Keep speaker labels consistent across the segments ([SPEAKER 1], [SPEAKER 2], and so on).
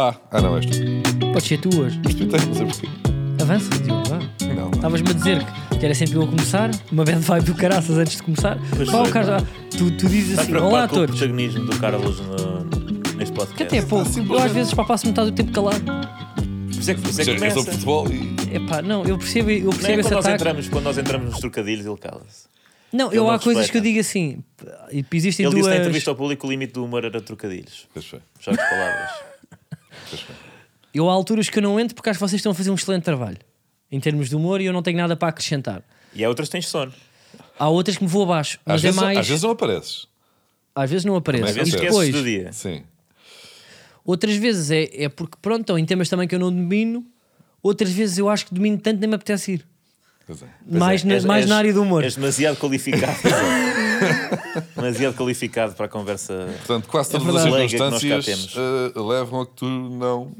[SPEAKER 1] Ah,
[SPEAKER 2] ser tuas.
[SPEAKER 1] Mas tu tens de dizer porquê.
[SPEAKER 2] Avança, Diogo, vá.
[SPEAKER 1] Não, não.
[SPEAKER 2] Estavas-me a dizer que, que era sempre eu a começar, uma bad vibe do caraças antes de começar.
[SPEAKER 3] Pois
[SPEAKER 2] Pá, o
[SPEAKER 3] foi,
[SPEAKER 2] Carlos, ah, tu, tu dizes
[SPEAKER 3] Estás
[SPEAKER 2] assim, olá a
[SPEAKER 3] Tá preocupado com o
[SPEAKER 2] todos.
[SPEAKER 3] protagonismo do Carlos no, neste podcast?
[SPEAKER 2] Que até é pouco. Eu às vezes pá, passo metade do tempo calado.
[SPEAKER 3] Por isso é que, por isso é que
[SPEAKER 1] Isso é sobre
[SPEAKER 3] começa.
[SPEAKER 1] futebol e.
[SPEAKER 2] É pá, não, eu percebo, eu
[SPEAKER 3] Não é
[SPEAKER 2] percebo
[SPEAKER 3] quando
[SPEAKER 2] esse
[SPEAKER 3] nós,
[SPEAKER 2] ataque.
[SPEAKER 3] entramos, quando nós entramos nos trocadilhos, ele cala-se.
[SPEAKER 2] Não,
[SPEAKER 3] ele
[SPEAKER 2] eu
[SPEAKER 3] não
[SPEAKER 2] há coisas
[SPEAKER 3] respeita.
[SPEAKER 2] que eu digo assim. e Existem
[SPEAKER 3] Ele disse na
[SPEAKER 2] duas.
[SPEAKER 3] entrevista ao público que o limite do humor era trocadilhos.
[SPEAKER 1] Pois foi.
[SPEAKER 3] Já de palavras.
[SPEAKER 2] Eu há alturas que eu não entro porque acho que vocês estão a fazer um excelente trabalho em termos de humor e eu não tenho nada para acrescentar.
[SPEAKER 3] E há outras que tens sono.
[SPEAKER 2] Há outras que me vou abaixo, mas
[SPEAKER 1] Às,
[SPEAKER 2] é
[SPEAKER 1] vezes,
[SPEAKER 2] mais.
[SPEAKER 1] às vezes não apareces.
[SPEAKER 2] não apareço.
[SPEAKER 1] Também
[SPEAKER 3] Às vezes
[SPEAKER 1] acontece.
[SPEAKER 2] E
[SPEAKER 3] esqueces
[SPEAKER 2] depois,
[SPEAKER 3] do dia.
[SPEAKER 1] Sim.
[SPEAKER 2] outras vezes é, é porque, pronto, estão em temas também que eu não domino, outras vezes eu acho que domino tanto nem me apetece ir.
[SPEAKER 1] Pois é.
[SPEAKER 3] Pois
[SPEAKER 2] mais
[SPEAKER 3] é,
[SPEAKER 2] na,
[SPEAKER 3] és-
[SPEAKER 2] mais
[SPEAKER 3] és-
[SPEAKER 2] na área do humor.
[SPEAKER 3] És demasiado qualificado. demasiado qualificado para a conversa.
[SPEAKER 1] Portanto, quase
[SPEAKER 2] É
[SPEAKER 1] todas as
[SPEAKER 3] verdade. Leiga que nós cá
[SPEAKER 1] circunstâncias eh, levam a que tu não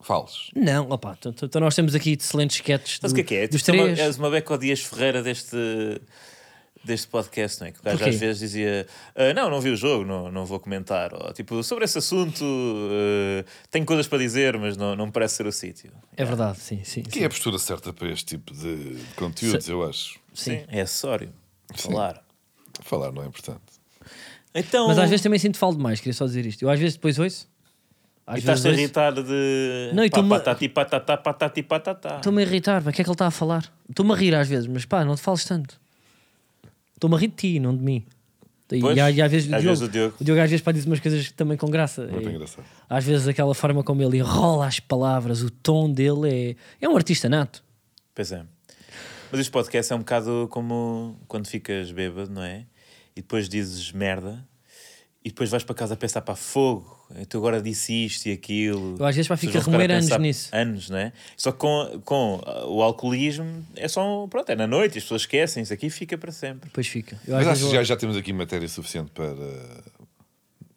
[SPEAKER 1] fales.
[SPEAKER 2] Não, opá, então- então nós temos aqui excelentes sketches
[SPEAKER 3] Mas o
[SPEAKER 2] do-
[SPEAKER 3] que é que é?
[SPEAKER 2] dos
[SPEAKER 3] Tipo,
[SPEAKER 2] três.
[SPEAKER 3] Uma, és uma Beco Dias Ferreira deste, deste podcast, não é? Que o gajo
[SPEAKER 2] Porquê?
[SPEAKER 3] às vezes dizia: "Ah, Não, não vi o jogo, não, não vou comentar. Ou, tipo, sobre esse assunto, eh, tenho coisas para dizer, mas não, não me parece ser o sítio.
[SPEAKER 2] É verdade, sim, sim. sim.
[SPEAKER 1] Que é a postura certa para este tipo de de conteúdos, eu acho.
[SPEAKER 2] Sim.
[SPEAKER 3] É acessório. Falar.
[SPEAKER 1] Falar não é importante.
[SPEAKER 3] Então,
[SPEAKER 2] Mas às vezes também sinto falo demais, queria só dizer isto. Eu às vezes depois ouço.
[SPEAKER 3] e
[SPEAKER 2] Às vezes
[SPEAKER 3] estás-te a
[SPEAKER 2] ouço.
[SPEAKER 3] irritar de.
[SPEAKER 2] Não, e
[SPEAKER 3] pá,
[SPEAKER 2] tu me-
[SPEAKER 3] patati, patatá, patati, patatá.
[SPEAKER 2] Estou-me a irritar, pá, o que é que ele está a falar? Estou-me a rir às vezes, mas pá, não te fales tanto. Estou-me a rir de ti, não de mim. E,
[SPEAKER 3] Pois,
[SPEAKER 2] há- e às vezes,
[SPEAKER 3] às
[SPEAKER 2] o, Diogo,
[SPEAKER 3] vezes o Diogo.
[SPEAKER 2] o Diogo às vezes pá, diz umas coisas também com graça.
[SPEAKER 1] É Muito
[SPEAKER 2] E
[SPEAKER 1] engraçado.
[SPEAKER 2] às vezes aquela forma como ele enrola as palavras, o tom dele é. É um artista nato.
[SPEAKER 3] Pois é. Mas este podcast é um bocado como quando ficas bêbado, não é? E depois dizes merda e depois vais para casa a pensar para fogo. Tu agora disse isto e aquilo.
[SPEAKER 2] Eu às vezes, pá,
[SPEAKER 3] Vocês
[SPEAKER 2] fico a
[SPEAKER 3] vão ficar
[SPEAKER 2] remoer anos
[SPEAKER 3] pensar
[SPEAKER 2] nisso.
[SPEAKER 3] Anos, não é? Só que com, com ah, o alcoolismo é só. um- Pronto, é na noite, as pessoas esquecem isso aqui e fica para sempre.
[SPEAKER 2] Depois fica. Eu,
[SPEAKER 1] Mas
[SPEAKER 2] às vezes
[SPEAKER 1] acho que
[SPEAKER 2] vou-
[SPEAKER 1] já, já temos aqui matéria suficiente para eh,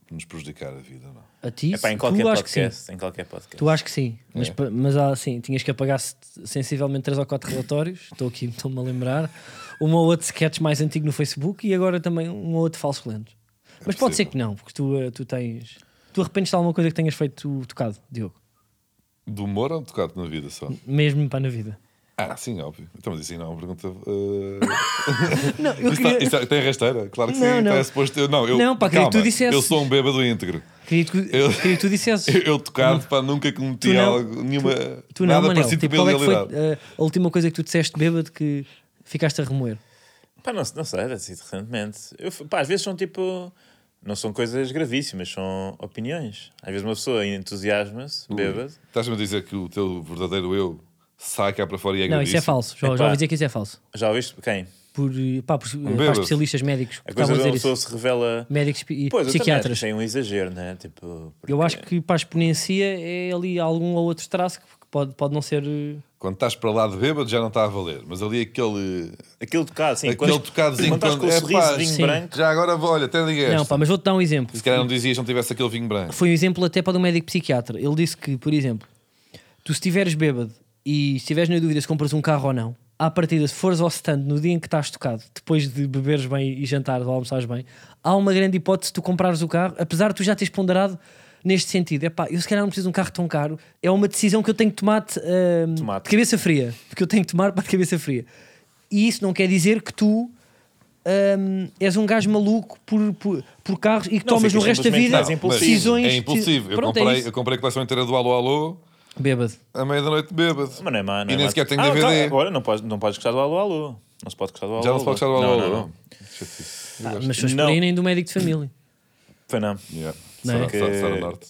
[SPEAKER 1] nos prejudicar a vida, não?
[SPEAKER 2] A ti,
[SPEAKER 3] É pá, em
[SPEAKER 2] tu
[SPEAKER 3] qualquer
[SPEAKER 2] acho que sim.
[SPEAKER 3] podcast. Em qualquer podcast.
[SPEAKER 2] Tu acho que sim, mas, pa- mas há assim, tinhas que apagar se- sensivelmente 3 ou 4 relatórios, estou aqui, estou-me a lembrar, um ou outro sketch mais antigo no Facebook e agora também um ou outro falso lento. Mas pode ser
[SPEAKER 1] possível.
[SPEAKER 2] que não, porque tu, eh, tu tens. Tu arrependes de alguma coisa que tenhas feito tu- tocado, Diogo?
[SPEAKER 1] Do humor ou tocado na vida só?
[SPEAKER 2] Mesmo para na vida.
[SPEAKER 1] Ah, sim, óbvio. Então, mas isso aí não é uma pergunta. eh,
[SPEAKER 2] Não, eu
[SPEAKER 1] isso
[SPEAKER 2] queria,
[SPEAKER 1] tá- isso tá- tem rasteira? Claro que
[SPEAKER 2] Não,
[SPEAKER 1] sim. Não.
[SPEAKER 2] não.
[SPEAKER 1] É suposto, eu, não, eu,
[SPEAKER 2] Não, pá, queria que tu
[SPEAKER 1] calma,
[SPEAKER 2] dissesses.
[SPEAKER 1] Eu sou um bêbado íntegro.
[SPEAKER 2] queria que, tu-
[SPEAKER 1] Eu-
[SPEAKER 2] queria que tu dissesses.
[SPEAKER 1] Eu, eu tocado, pá, nunca cometi
[SPEAKER 2] Tu não-
[SPEAKER 1] algo, nenhuma.
[SPEAKER 2] tu não,
[SPEAKER 1] nada
[SPEAKER 2] Manel,
[SPEAKER 1] parecido
[SPEAKER 2] tipo,
[SPEAKER 1] com a
[SPEAKER 2] qual é que foi
[SPEAKER 1] realidade.
[SPEAKER 2] eh, a última coisa que tu disseste bêbado que ficaste a remoer?
[SPEAKER 3] Pá, não, não sei, era assim, recentemente. Eu, f- pá, às vezes são tipo. Não são coisas gravíssimas, são opiniões. Às vezes uma pessoa entusiasma-se, bêbado.
[SPEAKER 1] Estás-me a dizer que o teu verdadeiro eu sai cá para fora e é
[SPEAKER 2] Não, isso
[SPEAKER 1] gravíssimo?
[SPEAKER 2] é falso, já,
[SPEAKER 3] Epá.
[SPEAKER 2] já ouvi dizer que isso é falso.
[SPEAKER 3] Já ouviste? Quem?
[SPEAKER 2] Por, eh, pá, por, eh, pá,
[SPEAKER 1] bêbado.
[SPEAKER 2] especialistas médicos que
[SPEAKER 3] A coisa
[SPEAKER 2] estavam a
[SPEAKER 3] de uma
[SPEAKER 2] dizer isso.
[SPEAKER 3] pessoa se revela.
[SPEAKER 2] médicos e
[SPEAKER 3] Pois, eu
[SPEAKER 2] psiquiatras.
[SPEAKER 3] também achei um exagero, né? Tipo, porque-
[SPEAKER 2] Eu acho
[SPEAKER 1] é.
[SPEAKER 2] que para a exponencia é ali algum ou outro traço que que pode, pode não ser. eh,
[SPEAKER 1] Quando estás para lá de bêbado já não está a valer, mas ali aquele.
[SPEAKER 3] Aquele tocado, sim.
[SPEAKER 1] Aquele
[SPEAKER 3] quando-
[SPEAKER 1] tocadozinho,
[SPEAKER 3] Quando estás com o
[SPEAKER 1] quando- epá,
[SPEAKER 3] sorriso vinho
[SPEAKER 2] sim.
[SPEAKER 3] branco.
[SPEAKER 1] Já agora, olha, até digas.
[SPEAKER 2] Não, pá, mas vou-te dar um exemplo.
[SPEAKER 1] Se calhar não dizias se não tivesse aquele vinho branco.
[SPEAKER 2] Foi um exemplo até para um médico psiquiatra. Ele disse que, por exemplo, tu se estiveres bêbado e se estiveres na dúvida se compras um carro ou não, à partida, se fores ao stand no dia em que estás tocado, depois de beberes bem e jantares ou almoçares bem, há uma grande hipótese de tu comprares o carro, apesar de tu já teres ponderado neste sentido. É pá, eu se calhar não preciso de um carro tão caro, é uma decisão que eu tenho que tomar de, hum,
[SPEAKER 3] Tomate.
[SPEAKER 2] de cabeça fria, porque eu tenho que tomar para de cabeça fria. E isso não quer dizer que tu. hum, és um gajo maluco por, por, por carros e que
[SPEAKER 3] Não,
[SPEAKER 2] tomas no
[SPEAKER 3] ficas
[SPEAKER 2] resto da
[SPEAKER 3] simplesmente
[SPEAKER 2] vida
[SPEAKER 3] mais impulsivo.
[SPEAKER 2] decisões.
[SPEAKER 1] É impulsivo. Eu,
[SPEAKER 2] Pronto, é
[SPEAKER 1] comprei,
[SPEAKER 2] isso.
[SPEAKER 1] eu comprei a coleção inteira do Alô Alô
[SPEAKER 2] Bêbado.
[SPEAKER 1] à meia da noite bêbado.
[SPEAKER 3] Mas não é má, não
[SPEAKER 1] e
[SPEAKER 3] é
[SPEAKER 1] nem
[SPEAKER 3] má.
[SPEAKER 1] sequer tenho
[SPEAKER 3] Ah,
[SPEAKER 1] DVD.
[SPEAKER 3] tá, Agora não podes, não podes gostar do Alô Alô. Não se pode gostar do Alô
[SPEAKER 1] já não se pode gostar do Alô
[SPEAKER 3] Não,
[SPEAKER 1] Alô.
[SPEAKER 3] não, não.
[SPEAKER 1] Chatice.
[SPEAKER 2] Pá, Ah, mas pessoas
[SPEAKER 3] Não.
[SPEAKER 2] por aí nem do médico de família.
[SPEAKER 3] Foi não.
[SPEAKER 1] Yeah.
[SPEAKER 2] Não é?
[SPEAKER 1] Sara- Sara- Sara Norte.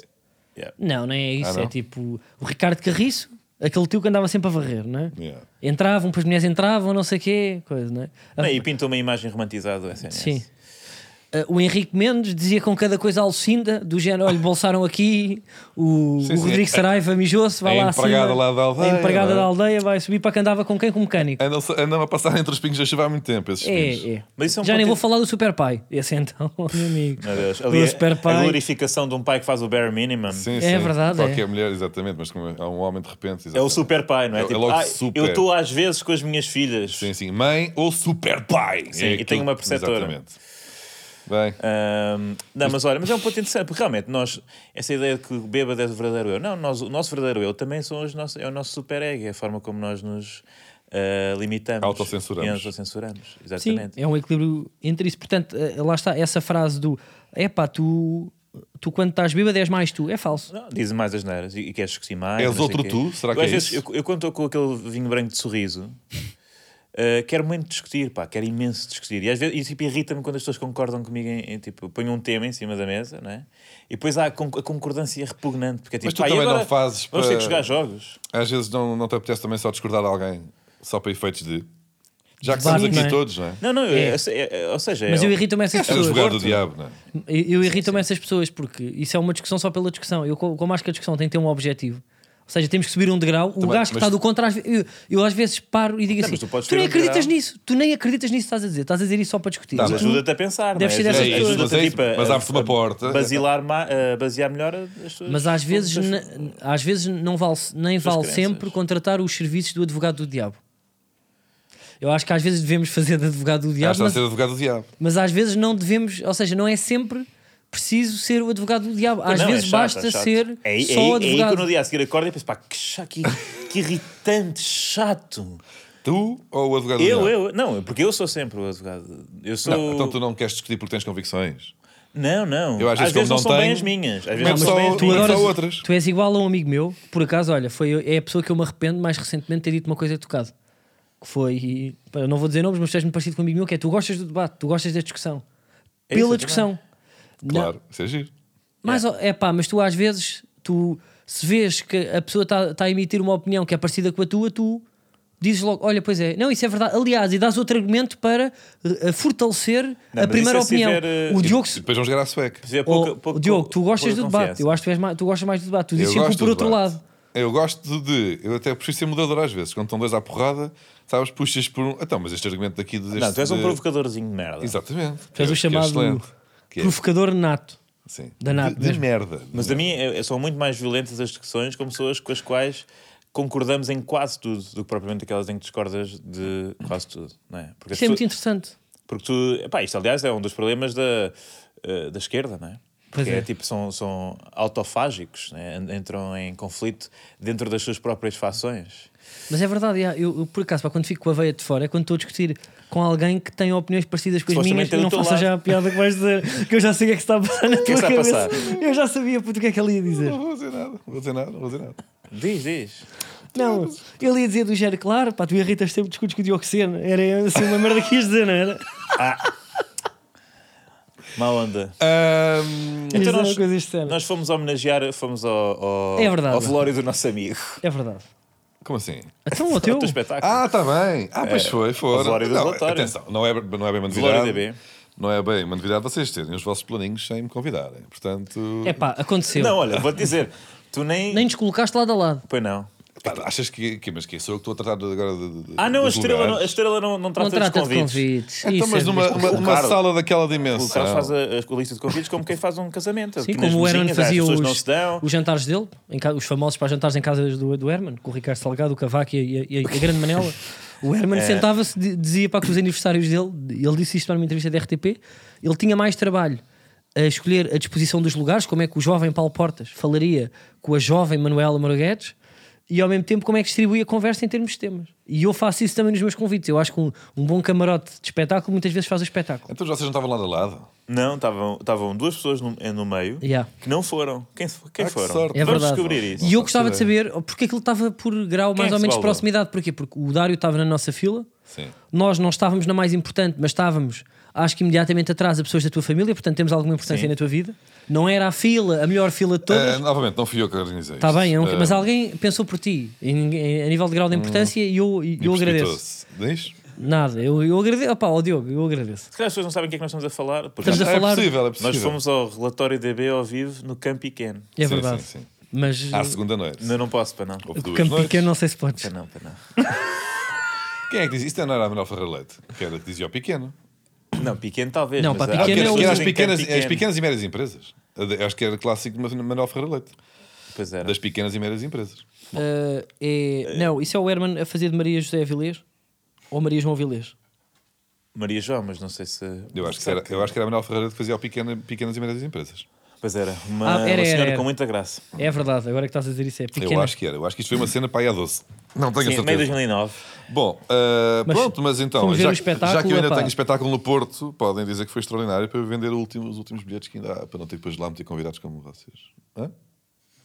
[SPEAKER 2] Não, não é isso.
[SPEAKER 1] Ah, não?
[SPEAKER 2] É tipo o Ricardo Carriço, aquele tio que andava sempre a varrer, não é?
[SPEAKER 1] Yeah.
[SPEAKER 2] Entravam, depois as mulheres entravam, não sei o quê, coisa, não é?
[SPEAKER 3] Não, e pintou uma imagem romantizada é do SNS.
[SPEAKER 2] Sim. Ah, o Henrique Mendes dizia com cada coisa alcinda, do género, olha, bolsaram aqui, o,
[SPEAKER 1] Sim, sim.
[SPEAKER 2] o
[SPEAKER 1] A-
[SPEAKER 2] Rodrigo Saraiva mijou-se, vai
[SPEAKER 1] a
[SPEAKER 2] lá
[SPEAKER 1] empregada
[SPEAKER 2] acima,
[SPEAKER 1] lá da aldeia,
[SPEAKER 2] A empregada
[SPEAKER 1] não é?
[SPEAKER 2] da aldeia vai subir para que andava com quem? Com o mecânico.
[SPEAKER 1] Andam, andam a passar entre os pingos da chuva há muito tempo, esses pingos.
[SPEAKER 2] É, é.
[SPEAKER 3] Mas isso é um
[SPEAKER 2] Já nem
[SPEAKER 3] ponto-
[SPEAKER 2] vou falar do Super Pai. Esse então, meu amigo.
[SPEAKER 3] Meu Deus.
[SPEAKER 2] do
[SPEAKER 3] Ali é
[SPEAKER 2] Super
[SPEAKER 3] a, a
[SPEAKER 2] Pai.
[SPEAKER 3] glorificação de um pai que faz o bare minimum.
[SPEAKER 1] Sim,
[SPEAKER 2] É
[SPEAKER 1] sim.
[SPEAKER 2] verdade,
[SPEAKER 1] Qualquer
[SPEAKER 2] é.
[SPEAKER 1] mulher, exatamente, mas como é um homem de repente.
[SPEAKER 3] É o
[SPEAKER 1] exatamente.
[SPEAKER 3] super pai, não é?
[SPEAKER 1] É- é logo
[SPEAKER 3] "Ah,
[SPEAKER 1] super."
[SPEAKER 3] Eu estou às vezes com as minhas filhas.
[SPEAKER 1] Sim, sim. Mãe ou super pai. É
[SPEAKER 3] Sim, e tem
[SPEAKER 1] aquilo-
[SPEAKER 3] uma preceptora.
[SPEAKER 1] Exatamente. Bem.
[SPEAKER 3] Ahm, não, mas olha, mas é um ponto interessante, porque realmente nós, essa ideia de que o bêbado é o verdadeiro eu, não, nós, o nosso verdadeiro eu também são os nossos, é o nosso super ego, é a forma como nós nos ah, limitamos.
[SPEAKER 1] Autocensuramos.
[SPEAKER 3] E autocensuramos,
[SPEAKER 2] Sim,
[SPEAKER 3] exatamente.
[SPEAKER 2] é um equilíbrio entre isso. Portanto, eh, lá está essa frase do é pá, tu, tu quando estás bêbado és mais tu. É falso.
[SPEAKER 3] Não, dizem mais as neiras e, e queres que se mais.
[SPEAKER 1] És
[SPEAKER 3] não sei
[SPEAKER 1] outro
[SPEAKER 3] quê.
[SPEAKER 1] tu? Será
[SPEAKER 3] Eu,
[SPEAKER 1] que
[SPEAKER 3] às
[SPEAKER 1] é
[SPEAKER 3] vezes,
[SPEAKER 1] isso?
[SPEAKER 3] Eu, eu quando estou com aquele vinho branco de sorriso, eh, quero muito discutir, pá, quero imenso discutir. E às vezes e, tipo, irrita-me quando as pessoas concordam comigo, em, em, tipo, eu ponho um tema em cima da mesa, não é? E depois há a, con- a concordância repugnante, porque é tipo,
[SPEAKER 1] Mas tu
[SPEAKER 3] pá, e
[SPEAKER 1] também
[SPEAKER 3] agora
[SPEAKER 1] não fazes
[SPEAKER 3] Vamos ter que
[SPEAKER 1] para-
[SPEAKER 3] jogar jogos.
[SPEAKER 1] Às vezes não, não te apetece também só discordar de alguém, só para efeitos de. Já que
[SPEAKER 2] Debate,
[SPEAKER 1] estamos aqui
[SPEAKER 2] não é?
[SPEAKER 1] todos, não é?
[SPEAKER 3] Não, não, eu-
[SPEAKER 2] É.
[SPEAKER 3] eu sei- é- é- ou seja,
[SPEAKER 2] Mas
[SPEAKER 3] é-
[SPEAKER 2] eu irrito-me a essas
[SPEAKER 1] É o
[SPEAKER 2] pessoas.
[SPEAKER 1] advogado do diabo, não é?
[SPEAKER 2] Eu, eu irrito-me a essas pessoas porque isso é uma discussão só pela discussão. Eu, co- como acho que a discussão tem que ter um objetivo. Ou seja, temos que subir um degrau. O
[SPEAKER 1] Também,
[SPEAKER 2] gajo que
[SPEAKER 1] mas-
[SPEAKER 2] está do contra, às ve- eu, eu às vezes paro e digo
[SPEAKER 3] Não,
[SPEAKER 2] assim:
[SPEAKER 3] mas tu podes
[SPEAKER 2] tu nem
[SPEAKER 3] subir um
[SPEAKER 2] acreditas
[SPEAKER 3] degrau." Tá,
[SPEAKER 2] nisso, tu nem acreditas nisso que estás a dizer, estás a dizer isso só para discutir.
[SPEAKER 1] Não,
[SPEAKER 2] E
[SPEAKER 3] Mas
[SPEAKER 2] tu-
[SPEAKER 3] ajuda-te a pensar,
[SPEAKER 2] Deves ser
[SPEAKER 3] não é?
[SPEAKER 2] dessas
[SPEAKER 3] Ajuda-
[SPEAKER 2] pessoas.
[SPEAKER 3] ajuda-te,
[SPEAKER 1] Mas é Tá, isso,
[SPEAKER 3] tipo, a-
[SPEAKER 1] mas abre-te uma porta.
[SPEAKER 3] Basilar, ma- a basear melhor as suas-
[SPEAKER 2] Mas às vezes,
[SPEAKER 3] as suas-
[SPEAKER 2] ne- às vezes não vale, nem vale
[SPEAKER 3] crenças.
[SPEAKER 2] sempre contratar os serviços do advogado do diabo. Eu acho que às vezes devemos fazer de advogado do
[SPEAKER 1] Já
[SPEAKER 2] diabo,
[SPEAKER 1] está a
[SPEAKER 2] mas,
[SPEAKER 1] ser advogado do diabo.
[SPEAKER 2] mas às vezes não devemos, ou seja, não é sempre preciso ser o advogado do diabo. Às
[SPEAKER 3] Não, é
[SPEAKER 2] vezes
[SPEAKER 3] chato,
[SPEAKER 2] basta
[SPEAKER 3] é chato.
[SPEAKER 2] ser
[SPEAKER 3] É aí- é aí-
[SPEAKER 2] só
[SPEAKER 3] É aí que eu
[SPEAKER 2] advogado.
[SPEAKER 3] no dia a seguir acordo e penso, pá, que, chato, que, que irritante, chato.
[SPEAKER 1] Tu ou o advogado do
[SPEAKER 3] Eu,
[SPEAKER 1] diabo?
[SPEAKER 3] eu, não, porque eu sou sempre o advogado. Eu sou.
[SPEAKER 1] Não, então
[SPEAKER 3] Não,
[SPEAKER 1] tu não queres discutir porque tens convicções.
[SPEAKER 3] não.
[SPEAKER 1] Eu às vezes, como
[SPEAKER 3] não
[SPEAKER 1] não
[SPEAKER 3] são bem
[SPEAKER 1] tenho,
[SPEAKER 3] as minhas. Às
[SPEAKER 1] como é
[SPEAKER 3] vezes
[SPEAKER 1] que
[SPEAKER 3] não são
[SPEAKER 1] só-
[SPEAKER 3] bem as
[SPEAKER 1] tu
[SPEAKER 3] minhas.
[SPEAKER 1] adora- Só outras.
[SPEAKER 2] tu és igual a um amigo meu, por acaso, olha, foi, é a pessoa que eu me arrependo mais recentemente de ter dito uma coisa tocado. Que foi, pá, eu não vou dizer nomes, mas tu és muito parecido com um amigo meu, que é tu gostas do debate, tu gostas da discussão.
[SPEAKER 3] É
[SPEAKER 2] Pela
[SPEAKER 3] isso, eu também.
[SPEAKER 2] discussão. Não-
[SPEAKER 1] Claro, isso é giro.
[SPEAKER 2] Mas é pá, mas tu às vezes, tu se vês que a pessoa está a emitir uma opinião que é parecida com a tua, tu dizes logo: olha, pois é, não, isso é verdade. Aliás, e dás outro argumento para eh, fortalecer
[SPEAKER 3] mas
[SPEAKER 2] a primeira
[SPEAKER 3] isso é se
[SPEAKER 2] opinião.
[SPEAKER 3] tiver, eh,
[SPEAKER 2] o
[SPEAKER 1] E
[SPEAKER 2] Diogo.
[SPEAKER 1] depois vamos jogar à sueca.
[SPEAKER 3] Quer dizer,
[SPEAKER 2] oh,
[SPEAKER 3] pouca- pouca-
[SPEAKER 2] Diogo, tu gostas
[SPEAKER 3] pouca
[SPEAKER 2] do debate.
[SPEAKER 3] confiança.
[SPEAKER 2] Eu acho que tu, és mais- tu gostas mais do debate. Tu dizes
[SPEAKER 1] eu
[SPEAKER 2] sempre
[SPEAKER 1] gosto
[SPEAKER 2] por
[SPEAKER 1] do
[SPEAKER 2] outro
[SPEAKER 1] debate.
[SPEAKER 2] lado.
[SPEAKER 1] Eu gosto de. Eu até preciso ser mudador às vezes. Quando estão dois à porrada, sabes, puxas por um. Então, mas este argumento daqui. Deste,
[SPEAKER 3] Não, tu és um
[SPEAKER 1] de-
[SPEAKER 3] provocadorzinho de merda.
[SPEAKER 1] Exatamente.
[SPEAKER 2] Tu és o
[SPEAKER 1] Que é- que é
[SPEAKER 2] chamado
[SPEAKER 1] excelente. Que é-
[SPEAKER 2] provocador nato.
[SPEAKER 1] sim.
[SPEAKER 2] danado
[SPEAKER 1] De, de
[SPEAKER 2] mesmo.
[SPEAKER 1] merda.
[SPEAKER 3] Mas a mim é- são muito mais violentas as discussões com pessoas com as quais concordamos em quase tudo do que propriamente aquelas em que discordas de quase tudo, não é? Porque as
[SPEAKER 2] Isso é muito
[SPEAKER 3] pessoas-
[SPEAKER 2] interessante.
[SPEAKER 3] Porque tu. Epá, isto, aliás, é um dos problemas da, eh, da esquerda, não é?
[SPEAKER 2] Pois
[SPEAKER 3] que
[SPEAKER 2] é.
[SPEAKER 3] tipo, são, são autofágicos, né? En- entram em conflito dentro das suas próprias fações.
[SPEAKER 2] Mas é verdade, yeah, eu, eu, por acaso, pá, quando fico com a veia de fora, é quando estou a discutir com alguém que tem opiniões parecidas com as
[SPEAKER 3] Supostamente
[SPEAKER 2] minhas,
[SPEAKER 3] é do
[SPEAKER 2] não
[SPEAKER 3] teu
[SPEAKER 2] faça
[SPEAKER 3] lado.
[SPEAKER 2] já a piada que vais dizer, que eu já sei o que é que está a passar na tua
[SPEAKER 3] que é que está a
[SPEAKER 2] cabeça. Eu já sabia puto, o que é que ele ia dizer.
[SPEAKER 1] Não vou dizer nada, não vou dizer nada, não vou dizer nada.
[SPEAKER 3] Diz, diz.
[SPEAKER 2] Não, ele ia dizer do género, claro, pá, tu irritas sempre discutes com o Dioxeno. Era assim uma merda que ias dizer, não era?
[SPEAKER 3] Má onda.
[SPEAKER 1] Ahm,
[SPEAKER 2] Ias dizer
[SPEAKER 3] Então
[SPEAKER 2] uma
[SPEAKER 3] nós,
[SPEAKER 2] coisa deste género.
[SPEAKER 3] nós fomos homenagear, fomos ao, ao,
[SPEAKER 2] É verdade.
[SPEAKER 3] ao velório do nosso amigo.
[SPEAKER 2] É verdade.
[SPEAKER 1] como assim?
[SPEAKER 2] Então, o teu.
[SPEAKER 3] Outro espetáculo.
[SPEAKER 1] Ah, está bem. Ah, pois foi,
[SPEAKER 3] o
[SPEAKER 1] foram.
[SPEAKER 3] velório É, do
[SPEAKER 1] Não,
[SPEAKER 3] relatório.
[SPEAKER 1] atenção, não é, não é bem uma
[SPEAKER 3] Velório
[SPEAKER 1] novidade.
[SPEAKER 3] DB.
[SPEAKER 1] Não é bem uma novidade vocês terem os vossos planinhos sem me convidarem. Portanto,
[SPEAKER 2] É pá, aconteceu.
[SPEAKER 3] Não, olha, vou-te dizer, tu nem.
[SPEAKER 2] Nem descolocaste lado a lado.
[SPEAKER 3] Pois não.
[SPEAKER 1] pá, achas que, que, mas que sou eu que estou a tratar de- agora de, de-
[SPEAKER 3] Ah, não, a
[SPEAKER 1] dos
[SPEAKER 3] estrela não, a
[SPEAKER 1] lugares?
[SPEAKER 3] estrela não, não trata,
[SPEAKER 2] Não trata
[SPEAKER 3] dos
[SPEAKER 2] de
[SPEAKER 3] convites.
[SPEAKER 2] convites.
[SPEAKER 1] Então,
[SPEAKER 2] Isso
[SPEAKER 1] mas
[SPEAKER 2] é
[SPEAKER 1] numa,
[SPEAKER 2] mesmo.
[SPEAKER 1] uma,
[SPEAKER 3] O
[SPEAKER 1] uma
[SPEAKER 3] Carlos-
[SPEAKER 1] sala daquela
[SPEAKER 3] O
[SPEAKER 1] dimensão.
[SPEAKER 3] Carlos faz a, a lista de convites como quem faz um casamento.
[SPEAKER 2] Sim,
[SPEAKER 3] Nas
[SPEAKER 2] como o Herman
[SPEAKER 3] mesinhas, ah,
[SPEAKER 2] fazia
[SPEAKER 3] As
[SPEAKER 2] os,
[SPEAKER 3] pessoas não se dão.
[SPEAKER 2] os jantares dele, em ca- os famosos para jantares em casa do, do Herman, com o Ricardo Salgado, o Cavaco e, a- e a- e a Grande Manela. O Herman
[SPEAKER 3] É.
[SPEAKER 2] sentava-se, di- dizia para que os aniversários dele, ele disse isto numa entrevista da RTP, ele tinha mais trabalho a escolher a disposição dos lugares, como é que o jovem Paulo Portas falaria com a jovem Manuela Moraguetes, e ao mesmo tempo como é que distribui a conversa em termos de temas. E eu faço isso também nos meus convites. Eu acho que um, um bom camarote de espetáculo muitas vezes faz o espetáculo.
[SPEAKER 1] Então já vocês não estavam lado a lado?
[SPEAKER 3] Não, estavam estavam duas pessoas no, eh, no meio
[SPEAKER 2] Yeah.
[SPEAKER 3] que não foram. Quem, se- quem
[SPEAKER 1] Ah, que
[SPEAKER 3] foram?
[SPEAKER 1] sorte.
[SPEAKER 2] É
[SPEAKER 3] Vamos
[SPEAKER 2] verdade.
[SPEAKER 3] descobrir isso.
[SPEAKER 2] E eu
[SPEAKER 1] faço
[SPEAKER 2] gostava de
[SPEAKER 1] ideia.
[SPEAKER 2] saber porque é que ele estava por grau
[SPEAKER 3] é
[SPEAKER 2] mais
[SPEAKER 3] que
[SPEAKER 2] ou menos
[SPEAKER 3] se
[SPEAKER 2] de
[SPEAKER 3] valeu?
[SPEAKER 2] proximidade. Porquê? Porque o Dário estava na nossa fila,
[SPEAKER 1] Sim.
[SPEAKER 2] nós não estávamos na mais importante, mas estávamos, acho que imediatamente atrás, a pessoas da tua família, portanto temos alguma importância
[SPEAKER 3] Sim.
[SPEAKER 2] na tua vida. Não era a fila, a melhor fila de todas.
[SPEAKER 1] Ah, novamente, não fui eu que organizei.
[SPEAKER 2] Está
[SPEAKER 1] isto.
[SPEAKER 2] Então, bem, é um-
[SPEAKER 1] Ah,
[SPEAKER 2] mas alguém pensou por ti, em- em- a nível de grau de importância, e eu, e
[SPEAKER 1] e
[SPEAKER 2] eu agradeço.
[SPEAKER 1] precipitou-se. Diz?
[SPEAKER 2] Nada, eu, eu agradeço. Opá, ó Diogo, eu agradeço.
[SPEAKER 3] Se calhar as pessoas não sabem o que é que nós estamos a falar. Porque
[SPEAKER 2] Estamos a
[SPEAKER 1] Ah,
[SPEAKER 2] falar-
[SPEAKER 1] É possível, é
[SPEAKER 3] nós
[SPEAKER 1] possível.
[SPEAKER 3] fomos ao relatório DB ao vivo no Camp Pequeno.
[SPEAKER 2] É
[SPEAKER 1] Sim,
[SPEAKER 2] verdade.
[SPEAKER 1] sim, sim.
[SPEAKER 2] Mas
[SPEAKER 1] À segunda noite.
[SPEAKER 3] Não, não posso, para não. Para
[SPEAKER 1] Houve
[SPEAKER 2] o
[SPEAKER 1] duas
[SPEAKER 2] campo
[SPEAKER 1] noites.
[SPEAKER 2] pequeno não sei se podes.
[SPEAKER 3] não, para não.
[SPEAKER 1] Quem é que diz? Isto não era a Manuel Ferreira Leite, que era que dizia o pequeno.
[SPEAKER 3] Não, pequeno talvez.
[SPEAKER 2] Não,
[SPEAKER 3] mas
[SPEAKER 2] pá,
[SPEAKER 3] há-
[SPEAKER 1] Ah,
[SPEAKER 2] Pequeno
[SPEAKER 1] que
[SPEAKER 2] é
[SPEAKER 1] era,
[SPEAKER 2] o-
[SPEAKER 1] que era as,
[SPEAKER 3] Camp
[SPEAKER 1] pequenas, as
[SPEAKER 3] Pequeno.
[SPEAKER 1] pequenas e médias empresas. Eu Acho que era clássico de Manuel Ferreira Leite,
[SPEAKER 3] Pois era.
[SPEAKER 1] das pequenas e médias empresas.
[SPEAKER 2] Uh, é- não, isso é o Herman a fazer de Maria José Avilés ou Maria João Avilés?
[SPEAKER 3] Maria João, mas não sei se.
[SPEAKER 1] Eu acho que, era, eu acho que era a Manuel Ferreira que fazia o pequena, Pequenas e Médias Empresas.
[SPEAKER 3] Pois era, uma,
[SPEAKER 2] Ah, era,
[SPEAKER 3] uma
[SPEAKER 2] era,
[SPEAKER 3] senhora
[SPEAKER 2] era.
[SPEAKER 3] com muita graça.
[SPEAKER 2] É verdade, agora que estás a dizer isso é pequena.
[SPEAKER 1] Eu acho que era. Eu acho que isto foi uma cena para aí a 12. Não tenho a
[SPEAKER 3] Sim,
[SPEAKER 1] certeza.
[SPEAKER 3] meio 2009.
[SPEAKER 1] Bom, ah,
[SPEAKER 2] Mas
[SPEAKER 1] pronto, mas então,
[SPEAKER 2] fomos ver
[SPEAKER 1] já,
[SPEAKER 2] o
[SPEAKER 1] que-
[SPEAKER 2] espetáculo,
[SPEAKER 1] já que eu ainda
[SPEAKER 2] epá.
[SPEAKER 1] tenho espetáculo no Porto, podem dizer que foi extraordinário para eu vender o último- os últimos bilhetes que ainda há, para não ter depois de lá meter convidados como vocês. Hã?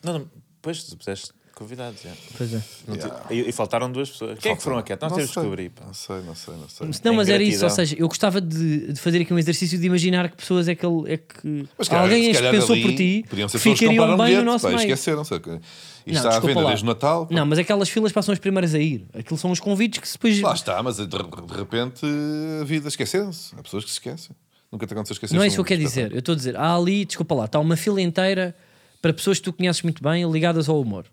[SPEAKER 3] Não, não, pois tu puseste convidados. já.
[SPEAKER 2] Pois é.
[SPEAKER 3] Não te- e, e faltaram duas pessoas. Quem é que foram aqui? Nós temos de
[SPEAKER 1] sei.
[SPEAKER 3] descobrir. pá.
[SPEAKER 1] um. Não sei, não sei, não sei.
[SPEAKER 2] Não,
[SPEAKER 3] Em
[SPEAKER 2] mas era isso,
[SPEAKER 3] gratidão.
[SPEAKER 2] ou seja, eu gostava de, de fazer aqui um exercício de imaginar que pessoas é que, ele- é que
[SPEAKER 1] se calhar-
[SPEAKER 2] alguém
[SPEAKER 1] se
[SPEAKER 2] as que
[SPEAKER 1] calhar
[SPEAKER 2] pensou
[SPEAKER 1] ali
[SPEAKER 2] por ti
[SPEAKER 1] podiam ser pessoas que
[SPEAKER 2] ficariam
[SPEAKER 1] compraram
[SPEAKER 2] bem no
[SPEAKER 1] bilhete,
[SPEAKER 2] nosso
[SPEAKER 1] pá,
[SPEAKER 2] meio.
[SPEAKER 1] esqueceram, sei que- Isto
[SPEAKER 2] Não,
[SPEAKER 1] está à
[SPEAKER 2] desculpa
[SPEAKER 1] venda
[SPEAKER 2] lá.
[SPEAKER 1] desde o Natal.
[SPEAKER 2] Não, mas aquelas filas passam as primeiras a ir. Aquilo são os convites que se depois.
[SPEAKER 1] Lá está, mas de, de repente a vida esqueceram-se. Há pessoas que se esquecem. Nunca te aconteceu esquecer um
[SPEAKER 2] Não é isso que eu quero dizer. Eu estou a dizer, há ali, desculpa lá, está uma fila inteira para pessoas que tu conheces muito bem ligadas ao humor.